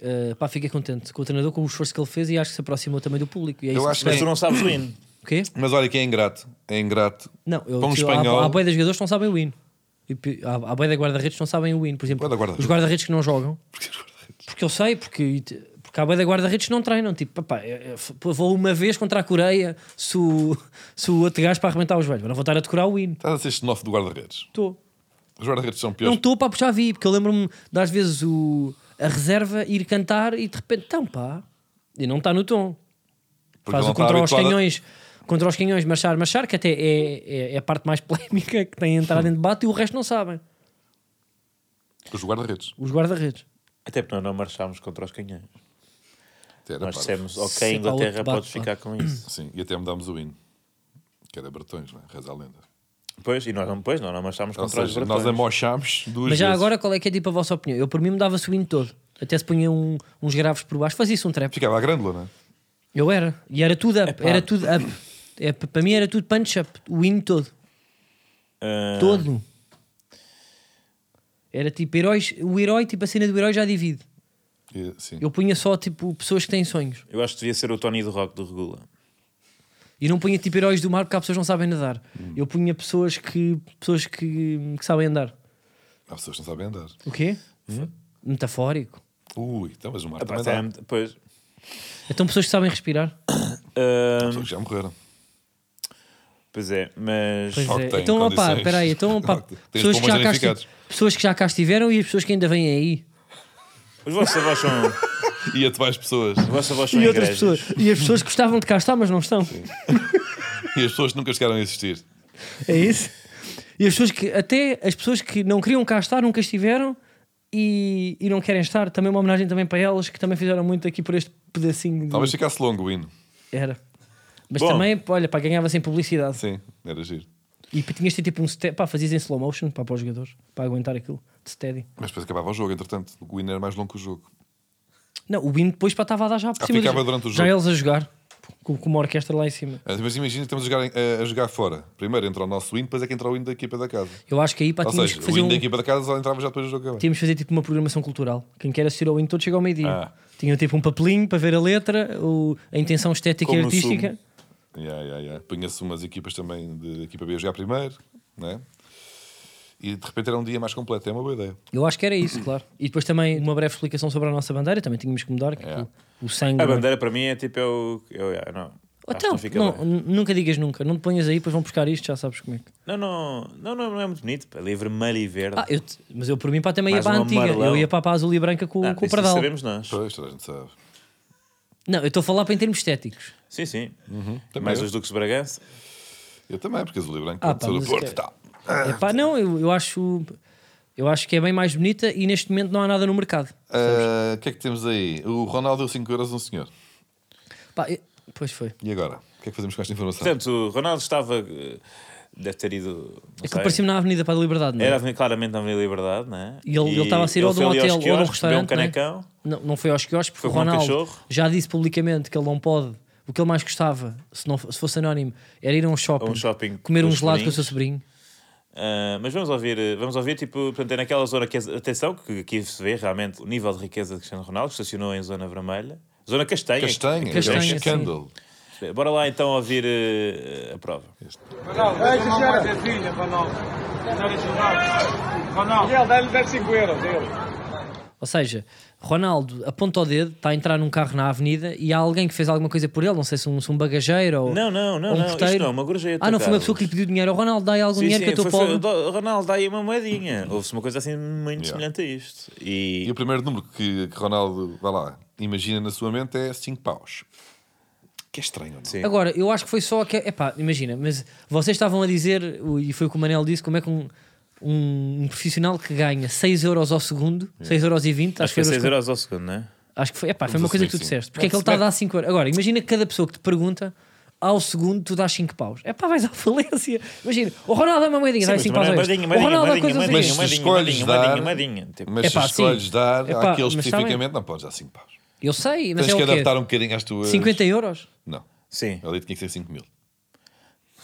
[SPEAKER 2] uh, pá, fiquei contente com o treinador, com o esforço que ele fez e acho que se aproximou também do público. E é
[SPEAKER 1] Eu
[SPEAKER 2] isso
[SPEAKER 1] acho
[SPEAKER 2] que
[SPEAKER 3] mas
[SPEAKER 1] Sim.
[SPEAKER 3] tu não sabes o hino.
[SPEAKER 2] O quê?
[SPEAKER 1] Mas olha que é ingrato. É ingrato.
[SPEAKER 2] Não, eu,
[SPEAKER 1] Para um
[SPEAKER 2] tio,
[SPEAKER 1] espanhol-
[SPEAKER 2] há, há boia de jogadores que não sabem o hino. E pi- Há, há boia de guarda-redes que não sabem o hino. Por exemplo,
[SPEAKER 1] Bué de guarda-redes.
[SPEAKER 2] os guarda-redes que não jogam. Porque eu sei, porque, porque há boia de guarda-redes que não treinam. Tipo, pá, eu- eu f- pô, vou uma vez contra a Coreia se o, se o outro gajo para arrebentar os velhos. Mas não vou estar a decorar o hino.
[SPEAKER 1] Estás a ser xenófobo do guarda-redes.
[SPEAKER 2] Estou.
[SPEAKER 1] Os guarda-redes são
[SPEAKER 2] Não
[SPEAKER 1] piores.
[SPEAKER 2] estou, pá, porque já vi, porque eu lembro-me de às vezes o, a reserva ir cantar e de repente, então pá, e não está no tom.
[SPEAKER 1] porque ele
[SPEAKER 2] Faz
[SPEAKER 1] não
[SPEAKER 2] o
[SPEAKER 1] está
[SPEAKER 2] contra os
[SPEAKER 1] habituado a-
[SPEAKER 2] canhões, contra os canhões, marchar, marchar, que até é, é, é a parte mais polémica que tem a entrar em debate e o resto não sabem.
[SPEAKER 1] Os guarda-redes.
[SPEAKER 2] Os guarda-redes.
[SPEAKER 3] Até porque nós não marchámos contra os canhões.
[SPEAKER 1] Até era
[SPEAKER 3] Nós
[SPEAKER 1] parvo.
[SPEAKER 3] dissemos,
[SPEAKER 2] Isso é
[SPEAKER 3] ok,
[SPEAKER 2] para
[SPEAKER 3] Inglaterra
[SPEAKER 2] outro debate,
[SPEAKER 3] podes
[SPEAKER 2] pá.
[SPEAKER 3] ficar com isso.
[SPEAKER 1] Sim, e até mudámos o hino. Que era Bertões, não é? Reza a lenda.
[SPEAKER 3] Pois, e nós não, pois, não, não marchámos
[SPEAKER 1] Ou
[SPEAKER 3] contra os
[SPEAKER 1] seja,
[SPEAKER 3] bretões.
[SPEAKER 1] nós é amochámos duas
[SPEAKER 2] Mas já
[SPEAKER 1] vezes.
[SPEAKER 2] agora, qual é que é tipo a vossa opinião? Eu por mim me dava subindo todo. Até se punha um- uns graves por baixo, fazia-se um trap.
[SPEAKER 1] Ficava a grândula, não é?
[SPEAKER 2] Eu era. E era tudo up,
[SPEAKER 3] Epá.
[SPEAKER 2] era tudo up. É, p- para mim era tudo punch-up, o hino todo.
[SPEAKER 3] Ah,
[SPEAKER 2] Todo. Era tipo heróis, o herói, tipo a cena do herói já divide.
[SPEAKER 1] E, sim.
[SPEAKER 2] Eu punha só tipo pessoas que têm sonhos.
[SPEAKER 3] eu acho que devia ser o Tony do Rock do Regula.
[SPEAKER 2] E não punha tipo heróis do mar porque há pessoas que não sabem nadar. Eu punha pessoas que pessoas que, que sabem andar.
[SPEAKER 1] Há pessoas que não sabem andar.
[SPEAKER 2] O quê? Metafórico.
[SPEAKER 1] Ui, então, mas o mar
[SPEAKER 3] Ah, pá,
[SPEAKER 1] também
[SPEAKER 3] tá,
[SPEAKER 1] dá.
[SPEAKER 3] pois.
[SPEAKER 2] Então pessoas que sabem respirar.
[SPEAKER 3] Ah,
[SPEAKER 1] Pessoas que já morreram.
[SPEAKER 3] Pois é, mas.
[SPEAKER 2] Pois
[SPEAKER 1] Ou que
[SPEAKER 2] é.
[SPEAKER 1] tem
[SPEAKER 2] Então, opá,
[SPEAKER 1] condições.
[SPEAKER 2] espera aí. Então, opá,
[SPEAKER 1] Ou que tens
[SPEAKER 2] pessoas, que já
[SPEAKER 1] pulmões
[SPEAKER 2] cá esti-
[SPEAKER 1] danificados.
[SPEAKER 2] pessoas que já cá estiveram e as pessoas que ainda vêm aí.
[SPEAKER 3] Os vossos avós são. Os
[SPEAKER 1] E a mais pessoas.
[SPEAKER 3] vossos avós são
[SPEAKER 2] E outras
[SPEAKER 3] igrejas.
[SPEAKER 2] pessoas. E as pessoas que gostavam de cá estar, mas não estão.
[SPEAKER 1] E as pessoas que nunca chegaram a existir.
[SPEAKER 2] É isso? E as pessoas que, até as pessoas que não queriam cá estar, nunca estiveram e, e não querem estar, também uma homenagem também para elas que também fizeram muito aqui por este pedacinho. De...
[SPEAKER 1] Talvez ficasse longo o hino.
[SPEAKER 2] Era. Mas
[SPEAKER 3] Bom.
[SPEAKER 2] também, olha, pá, ganhava sem publicidade.
[SPEAKER 1] Sim, era giro.
[SPEAKER 2] E tinhas de ter tipo um step, pá, fazias em slow motion pá, para os jogadores, para aguentar aquilo de steady.
[SPEAKER 1] Mas depois acabava o jogo, entretanto. O hino era mais longo que o jogo.
[SPEAKER 2] Não, o Bino depois pá, estava a dar já por
[SPEAKER 1] Ah,
[SPEAKER 2] cima.
[SPEAKER 1] ficava
[SPEAKER 2] dos-
[SPEAKER 1] durante o
[SPEAKER 2] Já
[SPEAKER 1] jogo.
[SPEAKER 2] eles a jogar, com, com uma orquestra lá em cima.
[SPEAKER 1] Ah, Mas imagina que estamos a jogar, em- a, a jogar fora. Primeiro entra o nosso hino, depois é que entra o hino da equipa da casa.
[SPEAKER 2] Eu acho que aí pá,
[SPEAKER 1] Ou
[SPEAKER 2] tínhamos,
[SPEAKER 1] seja, o
[SPEAKER 2] que fazer
[SPEAKER 1] hino
[SPEAKER 2] um,
[SPEAKER 1] da equipa da casa só entrava já depois do jogo acabar.
[SPEAKER 2] tínhamos que fazer tipo uma programação cultural. Quem quer assistir ao hino todo chega ao meio-dia.
[SPEAKER 1] Ah.
[SPEAKER 2] Tinham tipo um papelinho para ver a letra, o- a intenção estética
[SPEAKER 3] Como
[SPEAKER 2] e
[SPEAKER 3] no
[SPEAKER 2] artística.
[SPEAKER 3] sumo.
[SPEAKER 1] Yeah, yeah, yeah. Punha-se umas equipas também de equipa B a jogar primeiro, né? E de repente era um dia mais completo. É uma boa ideia.
[SPEAKER 2] Eu acho que era isso, claro. E depois também uma breve explicação sobre a nossa bandeira, também tínhamos que mudar, que
[SPEAKER 1] É.
[SPEAKER 2] o, o sangue.
[SPEAKER 3] A bandeira para mim é tipo. É o... eu- é, não. Acho que
[SPEAKER 2] Então,
[SPEAKER 3] não, fica
[SPEAKER 2] não,
[SPEAKER 3] bem.
[SPEAKER 2] n- nunca digas nunca, não te ponhas aí, depois vão buscar isto, já sabes como é que.
[SPEAKER 3] Não, não, não, não, não é muito bonito. pá. Ali é vermelho e verde.
[SPEAKER 2] Ah, eu te- mas eu por mim pá, também ia
[SPEAKER 3] Mais
[SPEAKER 2] para a
[SPEAKER 3] um
[SPEAKER 2] antiga,
[SPEAKER 3] amarelão.
[SPEAKER 2] eu ia para a pá azul e branca com,
[SPEAKER 3] Ah,
[SPEAKER 2] com o
[SPEAKER 3] isso
[SPEAKER 2] pardal.
[SPEAKER 3] sabemos nós.
[SPEAKER 1] Pois, toda a gente sabe.
[SPEAKER 2] Não, eu estou a falar para em termos estéticos.
[SPEAKER 3] Sim, sim.
[SPEAKER 1] Uhum. Também
[SPEAKER 3] Mais
[SPEAKER 1] eu.
[SPEAKER 3] os Duques de Bragança.
[SPEAKER 1] Eu também, porque azul e branco,
[SPEAKER 2] Ah,
[SPEAKER 1] ah,
[SPEAKER 2] pá,
[SPEAKER 1] sou do
[SPEAKER 2] mas
[SPEAKER 1] Porto
[SPEAKER 2] que-
[SPEAKER 1] e tal.
[SPEAKER 2] É pá, não, eu, eu acho. Eu acho que é bem mais bonita e neste momento não há nada no mercado.
[SPEAKER 1] Ah, O que é que temos aí? O Ronaldo deu 5 euros a um senhor.
[SPEAKER 2] Pá, eu- pois foi.
[SPEAKER 1] E agora? O que é que fazemos com esta informação?
[SPEAKER 3] Portanto, o Ronaldo estava. eh, Deve ter ido. Não
[SPEAKER 2] É que
[SPEAKER 3] sei.
[SPEAKER 2] apareceu-me na Avenida para a Liberdade, não é?
[SPEAKER 3] Era avenida- claramente na Avenida Liberdade, não é?
[SPEAKER 2] E ele- ele estava a sair ou de
[SPEAKER 3] foi
[SPEAKER 2] um
[SPEAKER 3] ali aos
[SPEAKER 2] hotel ou de um
[SPEAKER 3] quiosques, bebeu
[SPEAKER 2] restaurante, não é?
[SPEAKER 3] um canecão.
[SPEAKER 2] Não, não foi aos quiosques, porque
[SPEAKER 3] Foi
[SPEAKER 2] o
[SPEAKER 3] com um
[SPEAKER 2] Ronaldo
[SPEAKER 3] cachorro?
[SPEAKER 2] já disse publicamente que ele não pode. O que ele mais gostava, se, não, fo- se fosse anónimo, era ir a um shopping,
[SPEAKER 3] A um shopping
[SPEAKER 2] comer
[SPEAKER 3] com
[SPEAKER 2] um
[SPEAKER 3] os
[SPEAKER 2] gelado com o
[SPEAKER 3] sobrinhos.
[SPEAKER 2] seu sobrinho.
[SPEAKER 3] Ah, mas vamos ouvir, eh, vamos ouvir, tipo, portanto, é naquela zona que é- atenção, que aqui se vê realmente o nível de riqueza de Cristiano Ronaldo, estacionou em zona vermelha, zona castanha.
[SPEAKER 1] Castanha,
[SPEAKER 2] Castanha,
[SPEAKER 1] é um
[SPEAKER 2] sim.
[SPEAKER 1] escândalo.
[SPEAKER 3] Bora lá então ouvir eh, a prova.
[SPEAKER 4] Ronaldo, dá uma batezinha, Ronaldo. Ronaldo. Miguel, dá-lhe 10 5 euros, eu.
[SPEAKER 2] Ou seja, Ronaldo aponta o dedo, está a entrar num carro na avenida e há alguém que fez alguma coisa por ele, não sei se um, se um bagageiro ou.
[SPEAKER 3] Não, não, não,
[SPEAKER 2] ou um
[SPEAKER 3] não, isto
[SPEAKER 2] porteiro.
[SPEAKER 3] não, é uma gorjeta,
[SPEAKER 2] Ah, não, foi uma
[SPEAKER 3] Carlos.
[SPEAKER 2] pessoa que lhe pediu dinheiro ao Ronaldo, dá-lhe algum
[SPEAKER 3] Sim,
[SPEAKER 2] dinheiro
[SPEAKER 3] sim,
[SPEAKER 2] que eu
[SPEAKER 3] foi-
[SPEAKER 2] estou pobre.
[SPEAKER 3] foi- do- Ronaldo, dá aí uma moedinha. Houve-se uma coisa assim muito
[SPEAKER 1] Yeah.
[SPEAKER 3] semelhante a isto.
[SPEAKER 1] E
[SPEAKER 3] E,
[SPEAKER 1] o primeiro número que, que Ronaldo, vai lá, imagina na sua mente é 5 paus. Que é estranho, não?
[SPEAKER 3] Sim.
[SPEAKER 2] Agora, eu acho que foi só que. Epá, imagina, mas vocês estavam a dizer, o- e foi o que o Manel disse, como é que um, um, um profissional que ganha 6 euros ao segundo, 6 euros e 20,
[SPEAKER 3] acho que é
[SPEAKER 2] foi
[SPEAKER 3] 6 euros ao segundo, não é?
[SPEAKER 2] Acho que foi, epá, foi uma
[SPEAKER 1] Vamos
[SPEAKER 2] coisa que tu
[SPEAKER 1] assumir que sim.
[SPEAKER 2] disseste. Porque é que ele está a dar 5 euros? Agora, imagina que cada pessoa que te pergunta, ao segundo tu dás 5 paus. É pá, vais à falência. Imagina, o Ronaldo é uma moedinha, dá
[SPEAKER 3] Sim, mas
[SPEAKER 2] 5 paus. a
[SPEAKER 3] também não é
[SPEAKER 2] este.
[SPEAKER 3] moedinha,
[SPEAKER 2] O Ronaldo é
[SPEAKER 3] moedinha,
[SPEAKER 2] coisa
[SPEAKER 3] moedinha,
[SPEAKER 1] Mas
[SPEAKER 2] assim.
[SPEAKER 1] se
[SPEAKER 3] moedinha,
[SPEAKER 1] escolhes
[SPEAKER 3] moedinha,
[SPEAKER 1] dar,
[SPEAKER 3] moedinha, moedinha, tipo.
[SPEAKER 1] mas
[SPEAKER 2] Epá,
[SPEAKER 1] se escolhes
[SPEAKER 2] sim.
[SPEAKER 1] dar
[SPEAKER 2] Epá,
[SPEAKER 1] àquele
[SPEAKER 2] mas está
[SPEAKER 1] especificamente, não podes dar 5 paus.
[SPEAKER 2] Eu sei, mas
[SPEAKER 1] Tens
[SPEAKER 2] é
[SPEAKER 1] que
[SPEAKER 2] o quê?
[SPEAKER 1] adaptar um bocadinho às tuas.
[SPEAKER 2] 50 euros?
[SPEAKER 1] Não,
[SPEAKER 3] Sim,
[SPEAKER 1] ali tinha que ser 5 mil.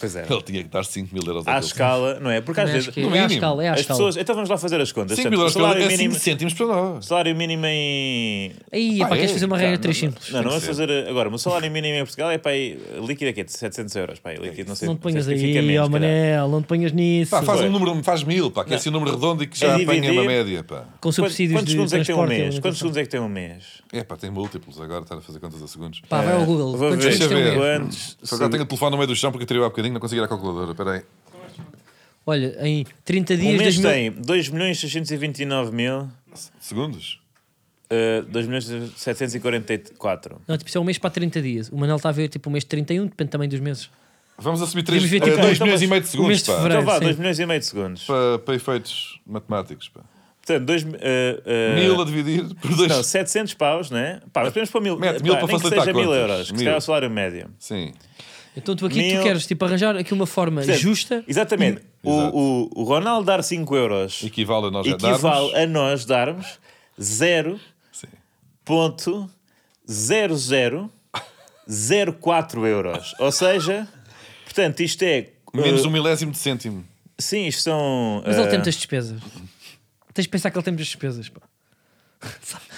[SPEAKER 3] pois é.
[SPEAKER 1] Ele tinha que dar 5 mil euros
[SPEAKER 3] À
[SPEAKER 1] àquele senhor.
[SPEAKER 3] escala, não é? Porque às
[SPEAKER 2] Não,
[SPEAKER 3] vezes
[SPEAKER 2] acho que
[SPEAKER 1] no
[SPEAKER 2] é à
[SPEAKER 1] mínimo.
[SPEAKER 2] escala, é à
[SPEAKER 3] as
[SPEAKER 2] escala.
[SPEAKER 3] pessoas. Então vamos lá fazer as contas.
[SPEAKER 1] 5
[SPEAKER 3] Portanto,
[SPEAKER 1] mil euros
[SPEAKER 3] salário
[SPEAKER 1] é 5
[SPEAKER 2] assim,
[SPEAKER 3] mínimo-
[SPEAKER 1] cêntimos para nós.
[SPEAKER 3] Salário mínimo em.
[SPEAKER 2] Aí, epá,
[SPEAKER 1] Pá,
[SPEAKER 2] queres
[SPEAKER 1] é,
[SPEAKER 2] fazer uma
[SPEAKER 1] cara,
[SPEAKER 2] regra 3
[SPEAKER 1] não-
[SPEAKER 2] simples?
[SPEAKER 3] Não, não
[SPEAKER 1] que
[SPEAKER 3] vamos
[SPEAKER 1] ser.
[SPEAKER 3] fazer agora. Mas o salário mínimo em Portugal é para aí. Líquido é que é de 700 euros. Pá, aí, líquido, não sei
[SPEAKER 2] Não te ponhas
[SPEAKER 3] sei se fica menos,
[SPEAKER 2] aí, ó
[SPEAKER 3] se calhar.
[SPEAKER 2] Manel, não te ponhas nisso.
[SPEAKER 1] Pá, faz
[SPEAKER 3] Foi.
[SPEAKER 1] um número, faz mil, pá, que é assim um número redondo e que já
[SPEAKER 3] É
[SPEAKER 1] apanha
[SPEAKER 3] dividir.
[SPEAKER 1] uma média, pá.
[SPEAKER 2] Com
[SPEAKER 3] Quantos,
[SPEAKER 2] subsídios
[SPEAKER 3] quantos
[SPEAKER 2] de
[SPEAKER 3] segundos é que tem um
[SPEAKER 2] transporte e
[SPEAKER 3] mês? Quantos
[SPEAKER 2] alimentação.
[SPEAKER 3] segundos é que tem um mês?
[SPEAKER 1] É pá, tem múltiplos agora, estar a fazer contas a segundos.
[SPEAKER 2] Pá, vai ao Google.
[SPEAKER 3] Vou
[SPEAKER 2] Quantos
[SPEAKER 3] ver.
[SPEAKER 2] segundos
[SPEAKER 1] Deixa
[SPEAKER 2] tem um
[SPEAKER 1] ver.
[SPEAKER 2] mês?
[SPEAKER 3] Quantos?
[SPEAKER 1] Só que eu tenho o telefone no meio do chão porque tirei há bocadinho, não consegui ir à calculadora, espera aí.
[SPEAKER 2] Olha, em 30
[SPEAKER 3] Um
[SPEAKER 2] dias.
[SPEAKER 3] mês
[SPEAKER 2] 2000
[SPEAKER 3] tem 2 milhões 629 mil.
[SPEAKER 1] Segundos?
[SPEAKER 3] 2 milhões 744.
[SPEAKER 2] Não, tipo, isso é um mês para 30 dias. O Manel está a ver tipo um mês de 31, depende também dos meses.
[SPEAKER 1] Vamos assumir
[SPEAKER 2] Vamos ver, tipo,
[SPEAKER 1] 2
[SPEAKER 2] então,
[SPEAKER 1] milhões
[SPEAKER 2] mas
[SPEAKER 1] e meio de
[SPEAKER 2] o
[SPEAKER 1] segundos,
[SPEAKER 2] mês de
[SPEAKER 1] pá.
[SPEAKER 2] fevereiro.
[SPEAKER 3] Então vá,
[SPEAKER 2] sim.
[SPEAKER 3] 2 milhões e meio de segundos.
[SPEAKER 1] Para, para efeitos matemáticos, pá.
[SPEAKER 3] Portanto, 2 mil. Eh,
[SPEAKER 1] Mil a dividir por
[SPEAKER 3] Não,
[SPEAKER 1] 2.
[SPEAKER 3] 700 paus, né? Pá, mas podemos pôr mil.
[SPEAKER 1] Mete
[SPEAKER 3] pá,
[SPEAKER 1] mil para
[SPEAKER 3] nem que
[SPEAKER 1] facilitar
[SPEAKER 3] seja mil
[SPEAKER 1] contas.
[SPEAKER 3] euros, que
[SPEAKER 1] Mil.
[SPEAKER 3] será o salário médio.
[SPEAKER 1] Sim.
[SPEAKER 2] Então tu aqui
[SPEAKER 3] Mil-
[SPEAKER 2] tu queres tipo, arranjar aqui uma forma
[SPEAKER 3] Portanto,
[SPEAKER 2] justa.
[SPEAKER 3] Exatamente. O,
[SPEAKER 1] Exato.
[SPEAKER 3] o, o Ronaldo dar 5 euros
[SPEAKER 1] Equivale a nós já
[SPEAKER 3] equivale eh,
[SPEAKER 1] darmos.
[SPEAKER 3] a nós darmos
[SPEAKER 1] Sim.
[SPEAKER 3] 0.0004 euros. Ou seja, portanto, isto é.
[SPEAKER 1] Menos
[SPEAKER 3] uh,
[SPEAKER 1] um milésimo de cêntimo.
[SPEAKER 3] Sim, isto são.
[SPEAKER 2] Mas ele
[SPEAKER 3] uh,
[SPEAKER 2] tem muitas despesas. Tens de pensar que ele tem muitas despesas. Pá.